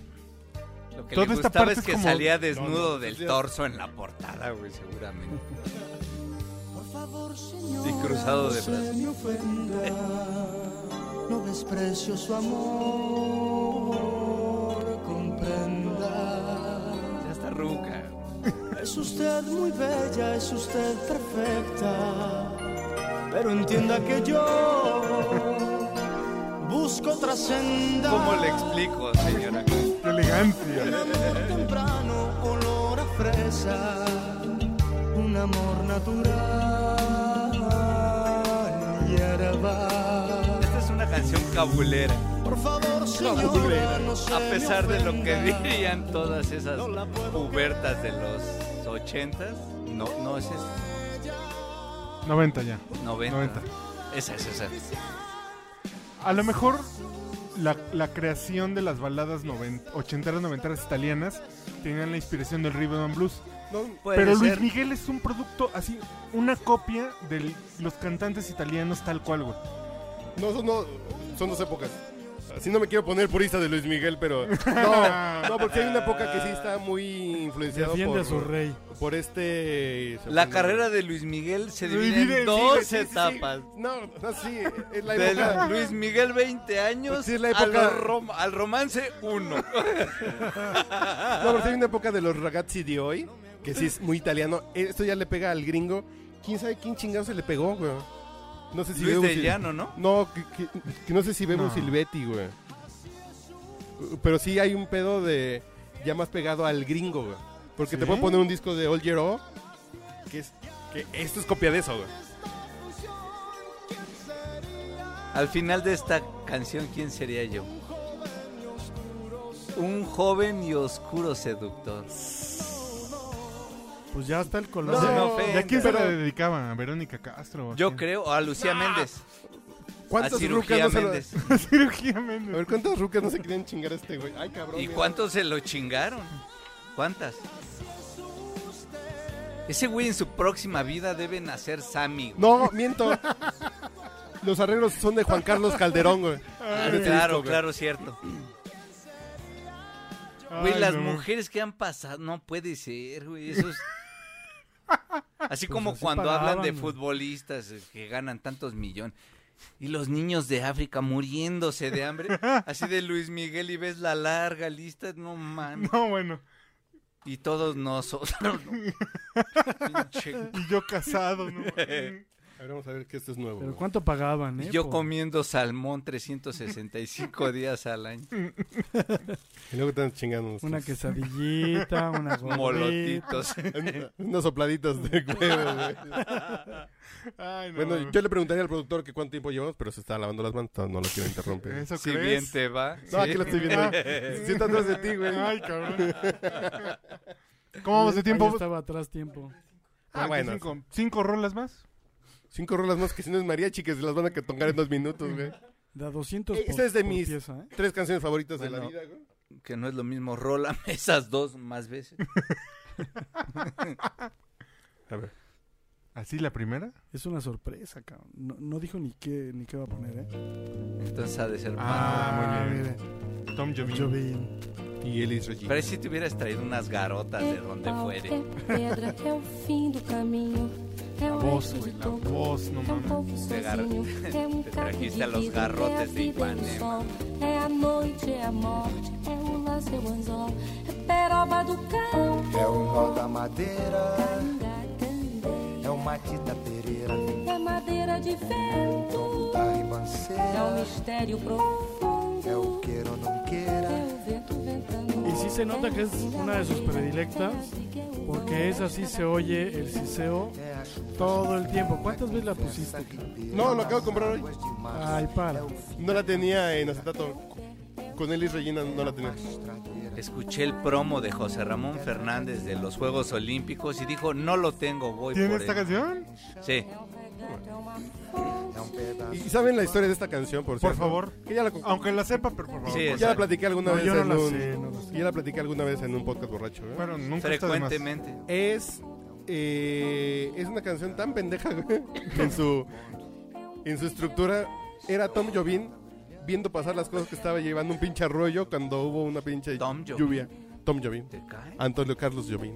[SPEAKER 4] Lo que
[SPEAKER 3] Toda
[SPEAKER 4] le
[SPEAKER 3] esta
[SPEAKER 4] gustaba
[SPEAKER 3] parte
[SPEAKER 4] es
[SPEAKER 3] es
[SPEAKER 4] que
[SPEAKER 3] como-
[SPEAKER 4] salía desnudo
[SPEAKER 2] no,
[SPEAKER 4] del
[SPEAKER 2] sí.
[SPEAKER 4] torso en la portada, güey, seguramente. Sí, cruzado de brazos.
[SPEAKER 10] No desprecio su amor, comprenda.
[SPEAKER 4] Ya está ruca.
[SPEAKER 10] Es usted muy bella, es usted perfecta, pero entienda que yo busco otra senda.
[SPEAKER 4] ¿Cómo le explico, señora?
[SPEAKER 3] Qué elegancia.
[SPEAKER 10] Un amor temprano, olor a fresa, un amor natural, hierba.
[SPEAKER 4] Esta es una canción cabulera.
[SPEAKER 10] Por favor, señora,
[SPEAKER 4] Cabulera.
[SPEAKER 10] no se
[SPEAKER 4] A
[SPEAKER 10] me
[SPEAKER 4] pesar de lo que
[SPEAKER 10] ofenda.
[SPEAKER 4] dirían todas esas pubertas de los ochentas. No, no, esa es
[SPEAKER 3] 90 ya.
[SPEAKER 4] noventa.
[SPEAKER 3] 90.
[SPEAKER 4] Esa es esa.
[SPEAKER 3] A lo mejor la, la creación de las baladas 90, ochenteras, noventeras italianas tenían la inspiración del rhythm and blues.
[SPEAKER 4] Puede
[SPEAKER 3] Pero Luis
[SPEAKER 4] ser.
[SPEAKER 3] Miguel es un producto así, una copia de los cantantes italianos tal cual, güey.
[SPEAKER 2] No, son, no, son dos épocas. Así no me quiero poner purista de Luis Miguel, pero. No, no, porque hay una época que sí está muy influenciado
[SPEAKER 5] Defiende
[SPEAKER 2] por,
[SPEAKER 5] a su rey.
[SPEAKER 2] por este.
[SPEAKER 4] La carrera de Luis Miguel se divide, en
[SPEAKER 2] Sí,
[SPEAKER 4] dos
[SPEAKER 2] sí, sí, sí, sí.
[SPEAKER 4] etapas.
[SPEAKER 2] No, no, sí, es la
[SPEAKER 4] De
[SPEAKER 2] época.
[SPEAKER 4] Luis Miguel 20 años
[SPEAKER 2] Sí, es la
[SPEAKER 4] a
[SPEAKER 2] época-
[SPEAKER 4] los rom- al romance 1.
[SPEAKER 2] No, pero sí hay una época de los ragazzi de hoy, que sí es muy italiano. Esto ya le pega al gringo. ¿Quién sabe quién chingado se le pegó, güey? No sé si
[SPEAKER 4] Luis
[SPEAKER 2] Bebo
[SPEAKER 4] de
[SPEAKER 2] Sil-
[SPEAKER 4] Llano, ¿no?
[SPEAKER 2] No, que, que- que no sé si vemos
[SPEAKER 3] No.
[SPEAKER 2] Silvetti, güey. Pero sí hay un pedo de ya más pegado al gringo, güey. Porque te
[SPEAKER 3] ¿Sí?
[SPEAKER 2] puedo poner un disco de All Year O, que es que esto es copia de eso, güey.
[SPEAKER 4] Al final de esta canción, ¿quién sería yo? Un joven y oscuro seductor.
[SPEAKER 5] Pues ya está el
[SPEAKER 4] No,
[SPEAKER 5] color.
[SPEAKER 4] se me
[SPEAKER 2] No,
[SPEAKER 3] ¿Y
[SPEAKER 4] ofenda.
[SPEAKER 3] a quién se la
[SPEAKER 2] Pero-
[SPEAKER 3] dedicaba? ¿A Verónica Castro? o a
[SPEAKER 4] Yo
[SPEAKER 3] quién?
[SPEAKER 4] creo a Lucía Méndez, a
[SPEAKER 2] ¿Cuántas rucas
[SPEAKER 4] Cirugía
[SPEAKER 2] no se lo-
[SPEAKER 4] Méndez.
[SPEAKER 3] Cirugía
[SPEAKER 2] A
[SPEAKER 3] Méndez.
[SPEAKER 2] ver, ¿cuántas rucas no se querían chingar a este güey? Ay, cabrón.
[SPEAKER 4] ¿Y
[SPEAKER 2] mira.
[SPEAKER 4] cuántos se lo chingaron? ¿Cuántas? Ese güey en su próxima vida debe nacer Sammy. güey.
[SPEAKER 2] No, miento. Los arreglos son de Juan Carlos Calderón, güey.
[SPEAKER 4] Ah,
[SPEAKER 2] Yo te he
[SPEAKER 4] claro,
[SPEAKER 2] visto, güey.
[SPEAKER 4] claro, cierto. Güey,
[SPEAKER 3] Ay,
[SPEAKER 4] las
[SPEAKER 3] no.
[SPEAKER 4] mujeres que han pasado, no puede ser, güey. Eso es- Así como
[SPEAKER 5] así
[SPEAKER 4] cuando
[SPEAKER 5] pagaban,
[SPEAKER 4] hablan de
[SPEAKER 5] güey.
[SPEAKER 4] futbolistas eh, que ganan tantos millones. Y los niños de África muriéndose de hambre. Así de Luis Miguel y ves la larga lista. No mames.
[SPEAKER 3] No, bueno.
[SPEAKER 4] Y todos nosotros. ¿no? Pinche-
[SPEAKER 3] Y yo casado, ¿no?
[SPEAKER 2] A ver, vamos a ver que esto es nuevo.
[SPEAKER 5] Pero
[SPEAKER 2] güey.
[SPEAKER 5] ¿cuánto pagaban, eh?
[SPEAKER 4] Y yo
[SPEAKER 5] por-
[SPEAKER 4] comiendo salmón 365 días al año.
[SPEAKER 2] Y luego están chingando. unos-
[SPEAKER 5] Una quesadillita, una gordita.
[SPEAKER 4] Molotitos.
[SPEAKER 2] Unas sopladitas de huevo, güey.
[SPEAKER 3] Ay, no.
[SPEAKER 2] Bueno, yo le preguntaría al productor que cuánto tiempo llevamos, pero se está lavando las manos, entonces no lo quiero interrumpir. No,
[SPEAKER 3] ¿Eso
[SPEAKER 4] Si
[SPEAKER 3] crees?
[SPEAKER 4] bien te va.
[SPEAKER 2] aquí lo estoy viendo.
[SPEAKER 3] Eh, Ah.
[SPEAKER 2] Siento atrás de ti, güey.
[SPEAKER 3] Ay, cabrón. ¿Cómo vamos de
[SPEAKER 5] Ahí
[SPEAKER 3] tiempo?
[SPEAKER 5] estaba atrás tiempo.
[SPEAKER 2] Ah, bueno.
[SPEAKER 3] 45. ¿Cinco rolas más?
[SPEAKER 2] Cinco rolas más que si no es mariachi, que se las van a que tongar en dos minutos, güey.
[SPEAKER 5] De a 200
[SPEAKER 2] Eh,
[SPEAKER 5] por,
[SPEAKER 2] esta es de
[SPEAKER 5] por
[SPEAKER 2] mis
[SPEAKER 5] pieza, ¿eh?
[SPEAKER 2] tres canciones favoritas de la
[SPEAKER 4] Bueno.
[SPEAKER 2] vida, güey.
[SPEAKER 4] que no es lo mismo, rólame esas dos más veces.
[SPEAKER 2] A ver.
[SPEAKER 3] ¿Así la primera?
[SPEAKER 5] Es una sorpresa, cabrón. No, no dijo ni qué, ni qué va a poner, ¿eh?
[SPEAKER 4] Entonces ha de ser malo.
[SPEAKER 3] Ah, muy bien.
[SPEAKER 5] mire,
[SPEAKER 3] Tom Jovi.
[SPEAKER 5] Yo vi.
[SPEAKER 2] Y Elis Regina.
[SPEAKER 4] Pero si te hubieras traído unas garotas de donde fuere.
[SPEAKER 8] pedra é o fim do caminho. É
[SPEAKER 3] La
[SPEAKER 8] o
[SPEAKER 3] voz,
[SPEAKER 8] eixo de
[SPEAKER 3] güey, la
[SPEAKER 8] topo,
[SPEAKER 3] voz, no
[SPEAKER 8] é um
[SPEAKER 3] mames.
[SPEAKER 8] pouco
[SPEAKER 4] Te gar-
[SPEAKER 8] sozinho. É um
[SPEAKER 4] te
[SPEAKER 8] caco de
[SPEAKER 4] trajiste a los
[SPEAKER 8] vidro, é a
[SPEAKER 4] garrotes né? de
[SPEAKER 8] vida e o
[SPEAKER 4] Ipanema.
[SPEAKER 8] sol. É a noite, é a morte, é o lance, é o anzol. É peroba do campo,
[SPEAKER 10] É o nó da madeira,
[SPEAKER 8] da candeia.
[SPEAKER 10] é o Matita Pereira,
[SPEAKER 8] É madeira de vento,
[SPEAKER 10] da
[SPEAKER 8] é um
[SPEAKER 10] ribanceira,
[SPEAKER 8] mistério profundo.
[SPEAKER 10] é o queira ou não
[SPEAKER 8] É
[SPEAKER 10] queira.
[SPEAKER 8] o vento ventando.
[SPEAKER 5] Y sí se nota que es una de sus predilectas,
[SPEAKER 8] É um
[SPEAKER 5] porque es así se oye el siseo todo el tiempo. ¿Cuántas veces la pusiste? cabrón?
[SPEAKER 2] No, lo acabo de comprar hoy.
[SPEAKER 5] Ay, para.
[SPEAKER 2] No la tenía en acetato. Con Elis Regina no la tenía.
[SPEAKER 4] Escuché el promo de José Ramón Fernández de los Juegos Olímpicos y dijo, no lo tengo, voy
[SPEAKER 3] ¿Tiene
[SPEAKER 4] por
[SPEAKER 3] esta
[SPEAKER 4] él".
[SPEAKER 3] canción?
[SPEAKER 4] Sí.
[SPEAKER 8] um é
[SPEAKER 2] ¿Y saben la historia de esta canción, por
[SPEAKER 3] Por
[SPEAKER 2] cierto?
[SPEAKER 3] favor.
[SPEAKER 2] Que ya la, co-
[SPEAKER 3] Aunque la sepa, pero por favor.
[SPEAKER 4] Sí,
[SPEAKER 2] ya la
[SPEAKER 4] exacto.
[SPEAKER 2] platiqué alguna
[SPEAKER 5] No,
[SPEAKER 2] vez
[SPEAKER 5] yo no
[SPEAKER 2] en
[SPEAKER 5] la
[SPEAKER 2] un...
[SPEAKER 5] sé, no la sé.
[SPEAKER 2] Ya la platiqué alguna vez en un podcast borracho, ¿eh?
[SPEAKER 3] Bueno, nunca está de más.
[SPEAKER 4] Frecuentemente.
[SPEAKER 2] es eh, es una canción tan pendeja, güey, que en su, en su estructura era Tom Jobin viendo pasar las cosas que estaba llevando un pinche arroyo cuando hubo una pinche
[SPEAKER 4] Tom Jobim.
[SPEAKER 2] lluvia. Tom Jobin.
[SPEAKER 4] ¿Te cae?
[SPEAKER 2] Antonio Carlos Jobim.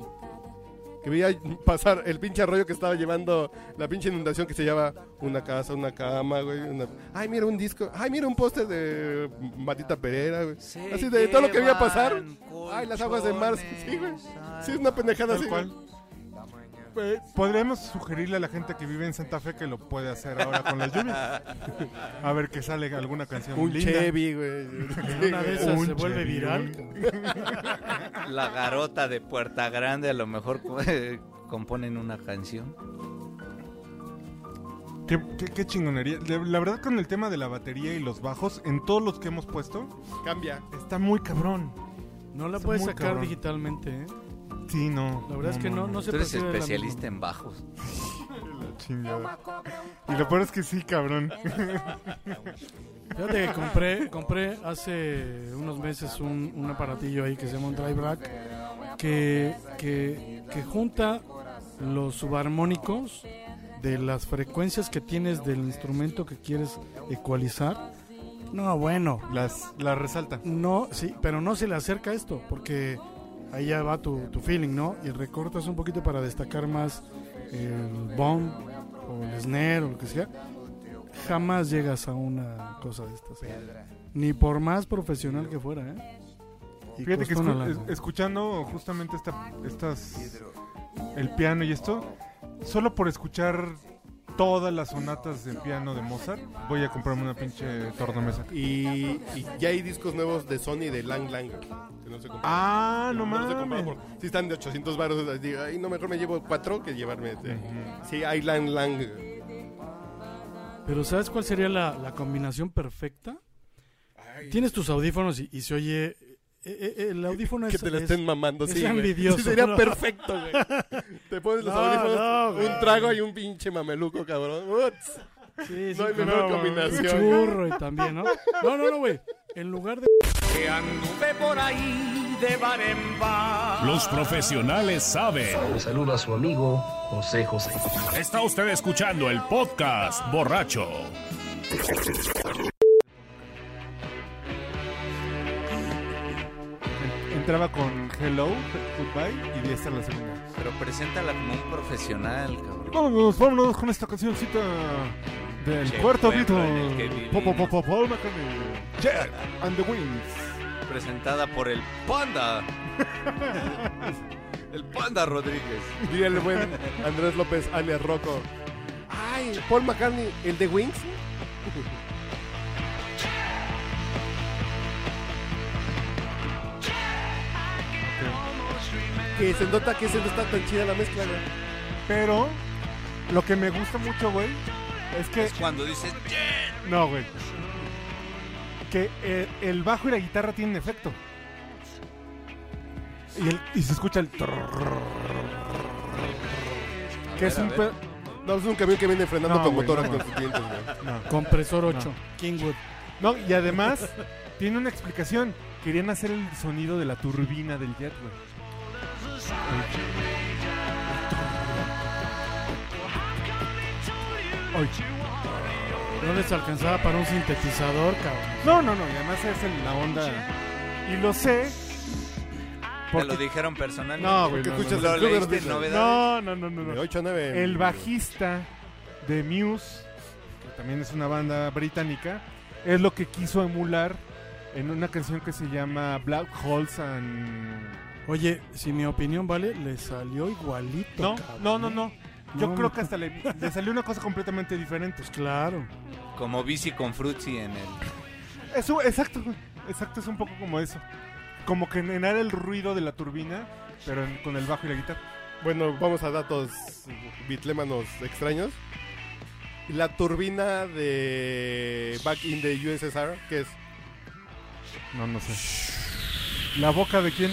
[SPEAKER 2] Que veía pasar el pinche arroyo que estaba llevando la pinche inundación que se llama una casa, una cama, güey. una- Ay, mira un disco. Ay, mira un póster de Matita Pereira, güey.
[SPEAKER 4] Se
[SPEAKER 2] Así de todo lo que veía pasar.
[SPEAKER 4] llevan
[SPEAKER 2] Ay, las aguas de mar. Sí, güey. Sí, es una pendejada así.
[SPEAKER 3] Tal
[SPEAKER 2] güey.
[SPEAKER 3] cual. Eh, Podríamos sugerirle a la gente que vive en Santa Fe que lo puede hacer ahora con las lluvias. A ver que sale alguna canción
[SPEAKER 2] Un
[SPEAKER 3] linda.
[SPEAKER 2] Chevy, güey.
[SPEAKER 5] Una de esas
[SPEAKER 3] Un
[SPEAKER 5] se vuelve
[SPEAKER 3] Chevy.
[SPEAKER 5] viral.
[SPEAKER 4] La garota de Puerta Grande a lo mejor co- componen una canción.
[SPEAKER 3] Qué, qué- qué chingonería. De- La verdad con el tema de la batería y los bajos, en todos los que hemos puesto,
[SPEAKER 2] Cambia.
[SPEAKER 3] está muy cabrón.
[SPEAKER 5] No la
[SPEAKER 3] Está
[SPEAKER 5] puedes
[SPEAKER 3] muy
[SPEAKER 5] sacar
[SPEAKER 3] cabrón.
[SPEAKER 5] digitalmente, ¿eh?
[SPEAKER 3] Sí, no.
[SPEAKER 5] La verdad es que no, no se
[SPEAKER 4] Tú eres
[SPEAKER 5] percibe de la
[SPEAKER 4] especialista
[SPEAKER 5] misma.
[SPEAKER 4] en bajos.
[SPEAKER 3] Chingada. Y lo peor es que sí, cabrón.
[SPEAKER 5] Fíjate que compré, compré hace unos meses un, un aparatillo ahí que se llama un dry rack que, que, que junta los subarmónicos de las frecuencias que tienes del instrumento que quieres ecualizar. No, bueno,
[SPEAKER 3] Las, las resalta.
[SPEAKER 5] no, sí, pero no se le acerca esto porque ahí ya va tu, tu feeling, ¿no? Y recortas un poquito para destacar más el bomb o el snare o lo que sea. Jamás llegas a una cosa de estas. Ni por más profesional que fuera, ¿eh? Y
[SPEAKER 3] Fíjate que
[SPEAKER 5] cuesta una
[SPEAKER 3] escu-
[SPEAKER 5] lana.
[SPEAKER 3] es- escuchando justamente esta, estas el piano y esto, solo por escuchar todas las sonatas de piano de Mozart, voy a comprarme una pinche tornamesa.
[SPEAKER 2] Y, y ya hay discos nuevos de Sony de Lang Lang. Que no se compran.
[SPEAKER 3] Ah, no
[SPEAKER 2] No se compran
[SPEAKER 3] mames.
[SPEAKER 2] por- si están de 800 baros, así, digo, ay, no, mejor me llevo cuatro que llevarme. este. Sí, hay Lang Lang.
[SPEAKER 5] Pero ¿sabes cuál sería la, la combinación perfecta? Tienes tus audífonos y, y se oye... eh, eh, eh, el audífono
[SPEAKER 2] Que
[SPEAKER 5] es,
[SPEAKER 2] te la
[SPEAKER 5] es-
[SPEAKER 2] estén mamando, sí.
[SPEAKER 5] es
[SPEAKER 2] güey.
[SPEAKER 5] envidioso,
[SPEAKER 2] Sí, sería
[SPEAKER 5] ¿no?
[SPEAKER 2] perfecto, güey. Te pones los
[SPEAKER 5] No, no,
[SPEAKER 2] audífonos,
[SPEAKER 5] güey.
[SPEAKER 2] un trago y un pinche mameluco, cabrón. Uts,
[SPEAKER 5] Sí, sí,
[SPEAKER 2] no hay
[SPEAKER 5] con-
[SPEAKER 2] mejor
[SPEAKER 3] no, mames.
[SPEAKER 2] combinación.
[SPEAKER 5] churro y también, ¿no? No, no, no, güey. En lugar de...
[SPEAKER 1] Que anduve por ahí de bar en bar.
[SPEAKER 6] Ah, Los profesionales saben.
[SPEAKER 10] Le saluda a su amigo José José.
[SPEAKER 6] Está usted escuchando el podcast borracho.
[SPEAKER 3] Entraba con Hello, Goodbye y esta es la segunda.
[SPEAKER 4] Pero preséntala como un profesional, cabrón.
[SPEAKER 3] Vámonos, vámonos con esta cancioncita del
[SPEAKER 4] Che,
[SPEAKER 3] cuarto
[SPEAKER 4] pueblo
[SPEAKER 3] Beatle.
[SPEAKER 4] en el que vivimos.
[SPEAKER 3] Po, po, po, po, Paul McCartney. Jack and the Wings.
[SPEAKER 4] Presentada por el Panda. el Panda Rodríguez.
[SPEAKER 2] Diría el buen Andrés López, alias Rocco. Ay, Paul McCartney, el de Wings. Que se nota que se no está tan chida la mezcla, güey.
[SPEAKER 3] Pero lo que me gusta mucho, güey, es que
[SPEAKER 4] Es cuando dices, "Yeah".
[SPEAKER 3] No, güey. Que eh, el bajo y la guitarra tienen efecto. Y, el- y se escucha el... trrrr, que es
[SPEAKER 4] ver,
[SPEAKER 3] un...
[SPEAKER 4] a ver.
[SPEAKER 3] pe-
[SPEAKER 2] No, es un camión que viene frenando
[SPEAKER 3] No,
[SPEAKER 2] con
[SPEAKER 3] güey,
[SPEAKER 2] motora
[SPEAKER 3] no,
[SPEAKER 2] con sus dientes, güey.
[SPEAKER 3] No.
[SPEAKER 5] Compresor 8, Kingwood.
[SPEAKER 3] No, y además tiene una explicación. Querían hacer el sonido de la turbina del jet, güey. Ay.
[SPEAKER 5] No les alcanzaba para un sintetizador, cabrón.
[SPEAKER 3] No, no, no. Y además es el- la onda... Y lo sé...
[SPEAKER 4] Te
[SPEAKER 3] porque-
[SPEAKER 4] lo dijeron personalmente.
[SPEAKER 3] No, güey.
[SPEAKER 2] Porque
[SPEAKER 3] no, no,
[SPEAKER 2] escuchas
[SPEAKER 3] no.
[SPEAKER 4] ¿Lo
[SPEAKER 2] el club de los
[SPEAKER 4] leíste en
[SPEAKER 2] Beatles.
[SPEAKER 4] novedades?
[SPEAKER 3] No, no, no, no. no.
[SPEAKER 2] De 8 a 9.
[SPEAKER 3] El bajista de Muse, que también es una banda británica, es lo que quiso emular en una canción que se llama Black Holes and...
[SPEAKER 5] Oye, si mi opinión vale, le salió igualito.
[SPEAKER 3] No,
[SPEAKER 5] cabrón.
[SPEAKER 3] no, no, no. Yo
[SPEAKER 5] No,
[SPEAKER 3] creo que hasta le, le salió una cosa completamente diferente.
[SPEAKER 5] Pues claro.
[SPEAKER 4] Como bici con Fruitsy en el.
[SPEAKER 3] Eso, exacto, güey. exacto, es un poco como eso. Como que enar el ruido de la turbina, pero en- con el bajo y la guitarra.
[SPEAKER 2] Bueno, vamos a datos bitlémanos extraños. La turbina de Back in the USSR, que es
[SPEAKER 3] No, no sé. ¿La boca de quién?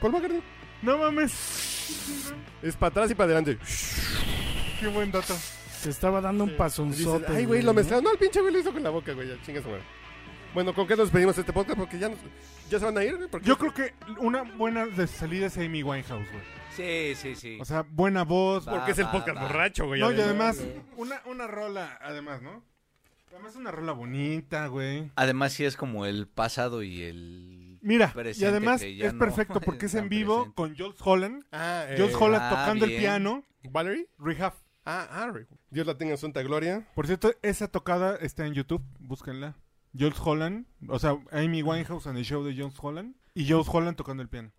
[SPEAKER 2] Paul McCartney.
[SPEAKER 3] No mames.
[SPEAKER 2] Es para atrás y para adelante.
[SPEAKER 3] Qué buen dato.
[SPEAKER 5] Se estaba dando un
[SPEAKER 2] Dices,
[SPEAKER 5] pasonzote.
[SPEAKER 2] Ay, güey, lo mezclaron. No, el pinche güey lo hizo con la boca, güey. Ya, chingas, güey. Bueno, ¿con qué nos pedimos este podcast? Porque ya, nos- ya se van a ir, güey. Porque
[SPEAKER 3] Yo creo que una buena de salida es Amy Winehouse, güey.
[SPEAKER 4] Sí, sí, sí.
[SPEAKER 3] O sea, buena voz.
[SPEAKER 4] Va,
[SPEAKER 2] porque es el
[SPEAKER 4] va,
[SPEAKER 2] podcast
[SPEAKER 4] va.
[SPEAKER 2] borracho, güey.
[SPEAKER 3] no, y
[SPEAKER 2] además.
[SPEAKER 3] además, una, una rola, además, ¿no? Además, una rola bonita, güey.
[SPEAKER 4] Además, sí es como el pasado y el.
[SPEAKER 3] Mira, y
[SPEAKER 4] presente
[SPEAKER 3] además
[SPEAKER 4] que ya
[SPEAKER 3] es
[SPEAKER 4] no
[SPEAKER 3] perfecto porque es
[SPEAKER 4] tan
[SPEAKER 3] en vivo
[SPEAKER 4] presente.
[SPEAKER 3] con Jules Holland.
[SPEAKER 2] Ah, eh,
[SPEAKER 3] Jules Holland
[SPEAKER 4] ah,
[SPEAKER 3] tocando el
[SPEAKER 4] bien.
[SPEAKER 3] piano.
[SPEAKER 2] ¿Valerie?
[SPEAKER 3] Rehab.
[SPEAKER 2] Ah, ah, güey. Dios la tenga en santa gloria.
[SPEAKER 3] Por cierto, esa tocada está en YouTube, búsquenla. Jules Holland, o sea, Amy Winehouse and the show de Jules Holland y Jules Holland tocando el piano.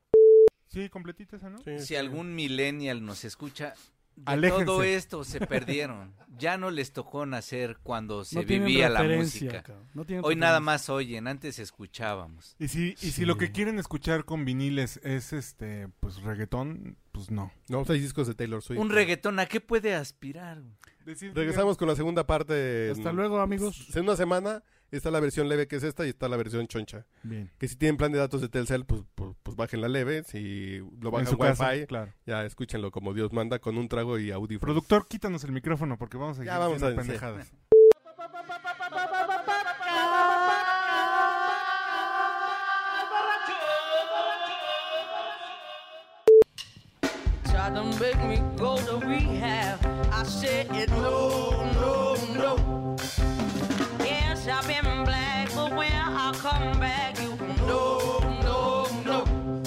[SPEAKER 3] Sí, completita esa, ¿no?
[SPEAKER 4] Si algún millennial nos escucha, de
[SPEAKER 3] Aléjense.
[SPEAKER 4] todo esto se perdieron. Ya no les tocó nacer cuando se
[SPEAKER 5] no tienen
[SPEAKER 4] vivía la
[SPEAKER 5] referencia,
[SPEAKER 4] música.
[SPEAKER 5] cabrón, no tienen
[SPEAKER 4] Hoy nada
[SPEAKER 5] referencia.
[SPEAKER 4] más oyen, antes escuchábamos.
[SPEAKER 3] Y si, y si lo que quieren escuchar con viniles es este, pues reggaetón, pues no.
[SPEAKER 2] No, seis discos de Taylor Swift.
[SPEAKER 4] Un reggaetón, ¿a qué puede aspirar?
[SPEAKER 2] Regresamos con la segunda parte. en-
[SPEAKER 5] Hasta luego, amigos.
[SPEAKER 2] En una semana está la versión leve que es esta y está la versión choncha.
[SPEAKER 3] Bien.
[SPEAKER 2] Que si tienen plan de datos de Telcel, pues, pues, pues bajen la leve. Si lo
[SPEAKER 3] En
[SPEAKER 2] bajan
[SPEAKER 3] su
[SPEAKER 2] Wi-Fi, Pues,
[SPEAKER 3] casa, claro.
[SPEAKER 2] ya escúchenlo como Dios manda con un trago y audífonos.
[SPEAKER 3] Productor, quítanos el micrófono porque vamos a seguir
[SPEAKER 2] Ya vamos
[SPEAKER 3] haciendo
[SPEAKER 2] a- sí.
[SPEAKER 3] pendejadas.
[SPEAKER 8] Try to make me go to rehab. I said it no, no, no. Yes, I've been black, but when I come back, you no, no, no.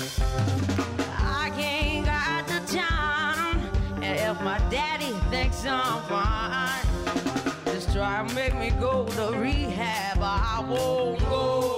[SPEAKER 8] I ain't got the time, and if my daddy thinks I'm fine, just try to make me go to rehab. I won't go mm-hmm,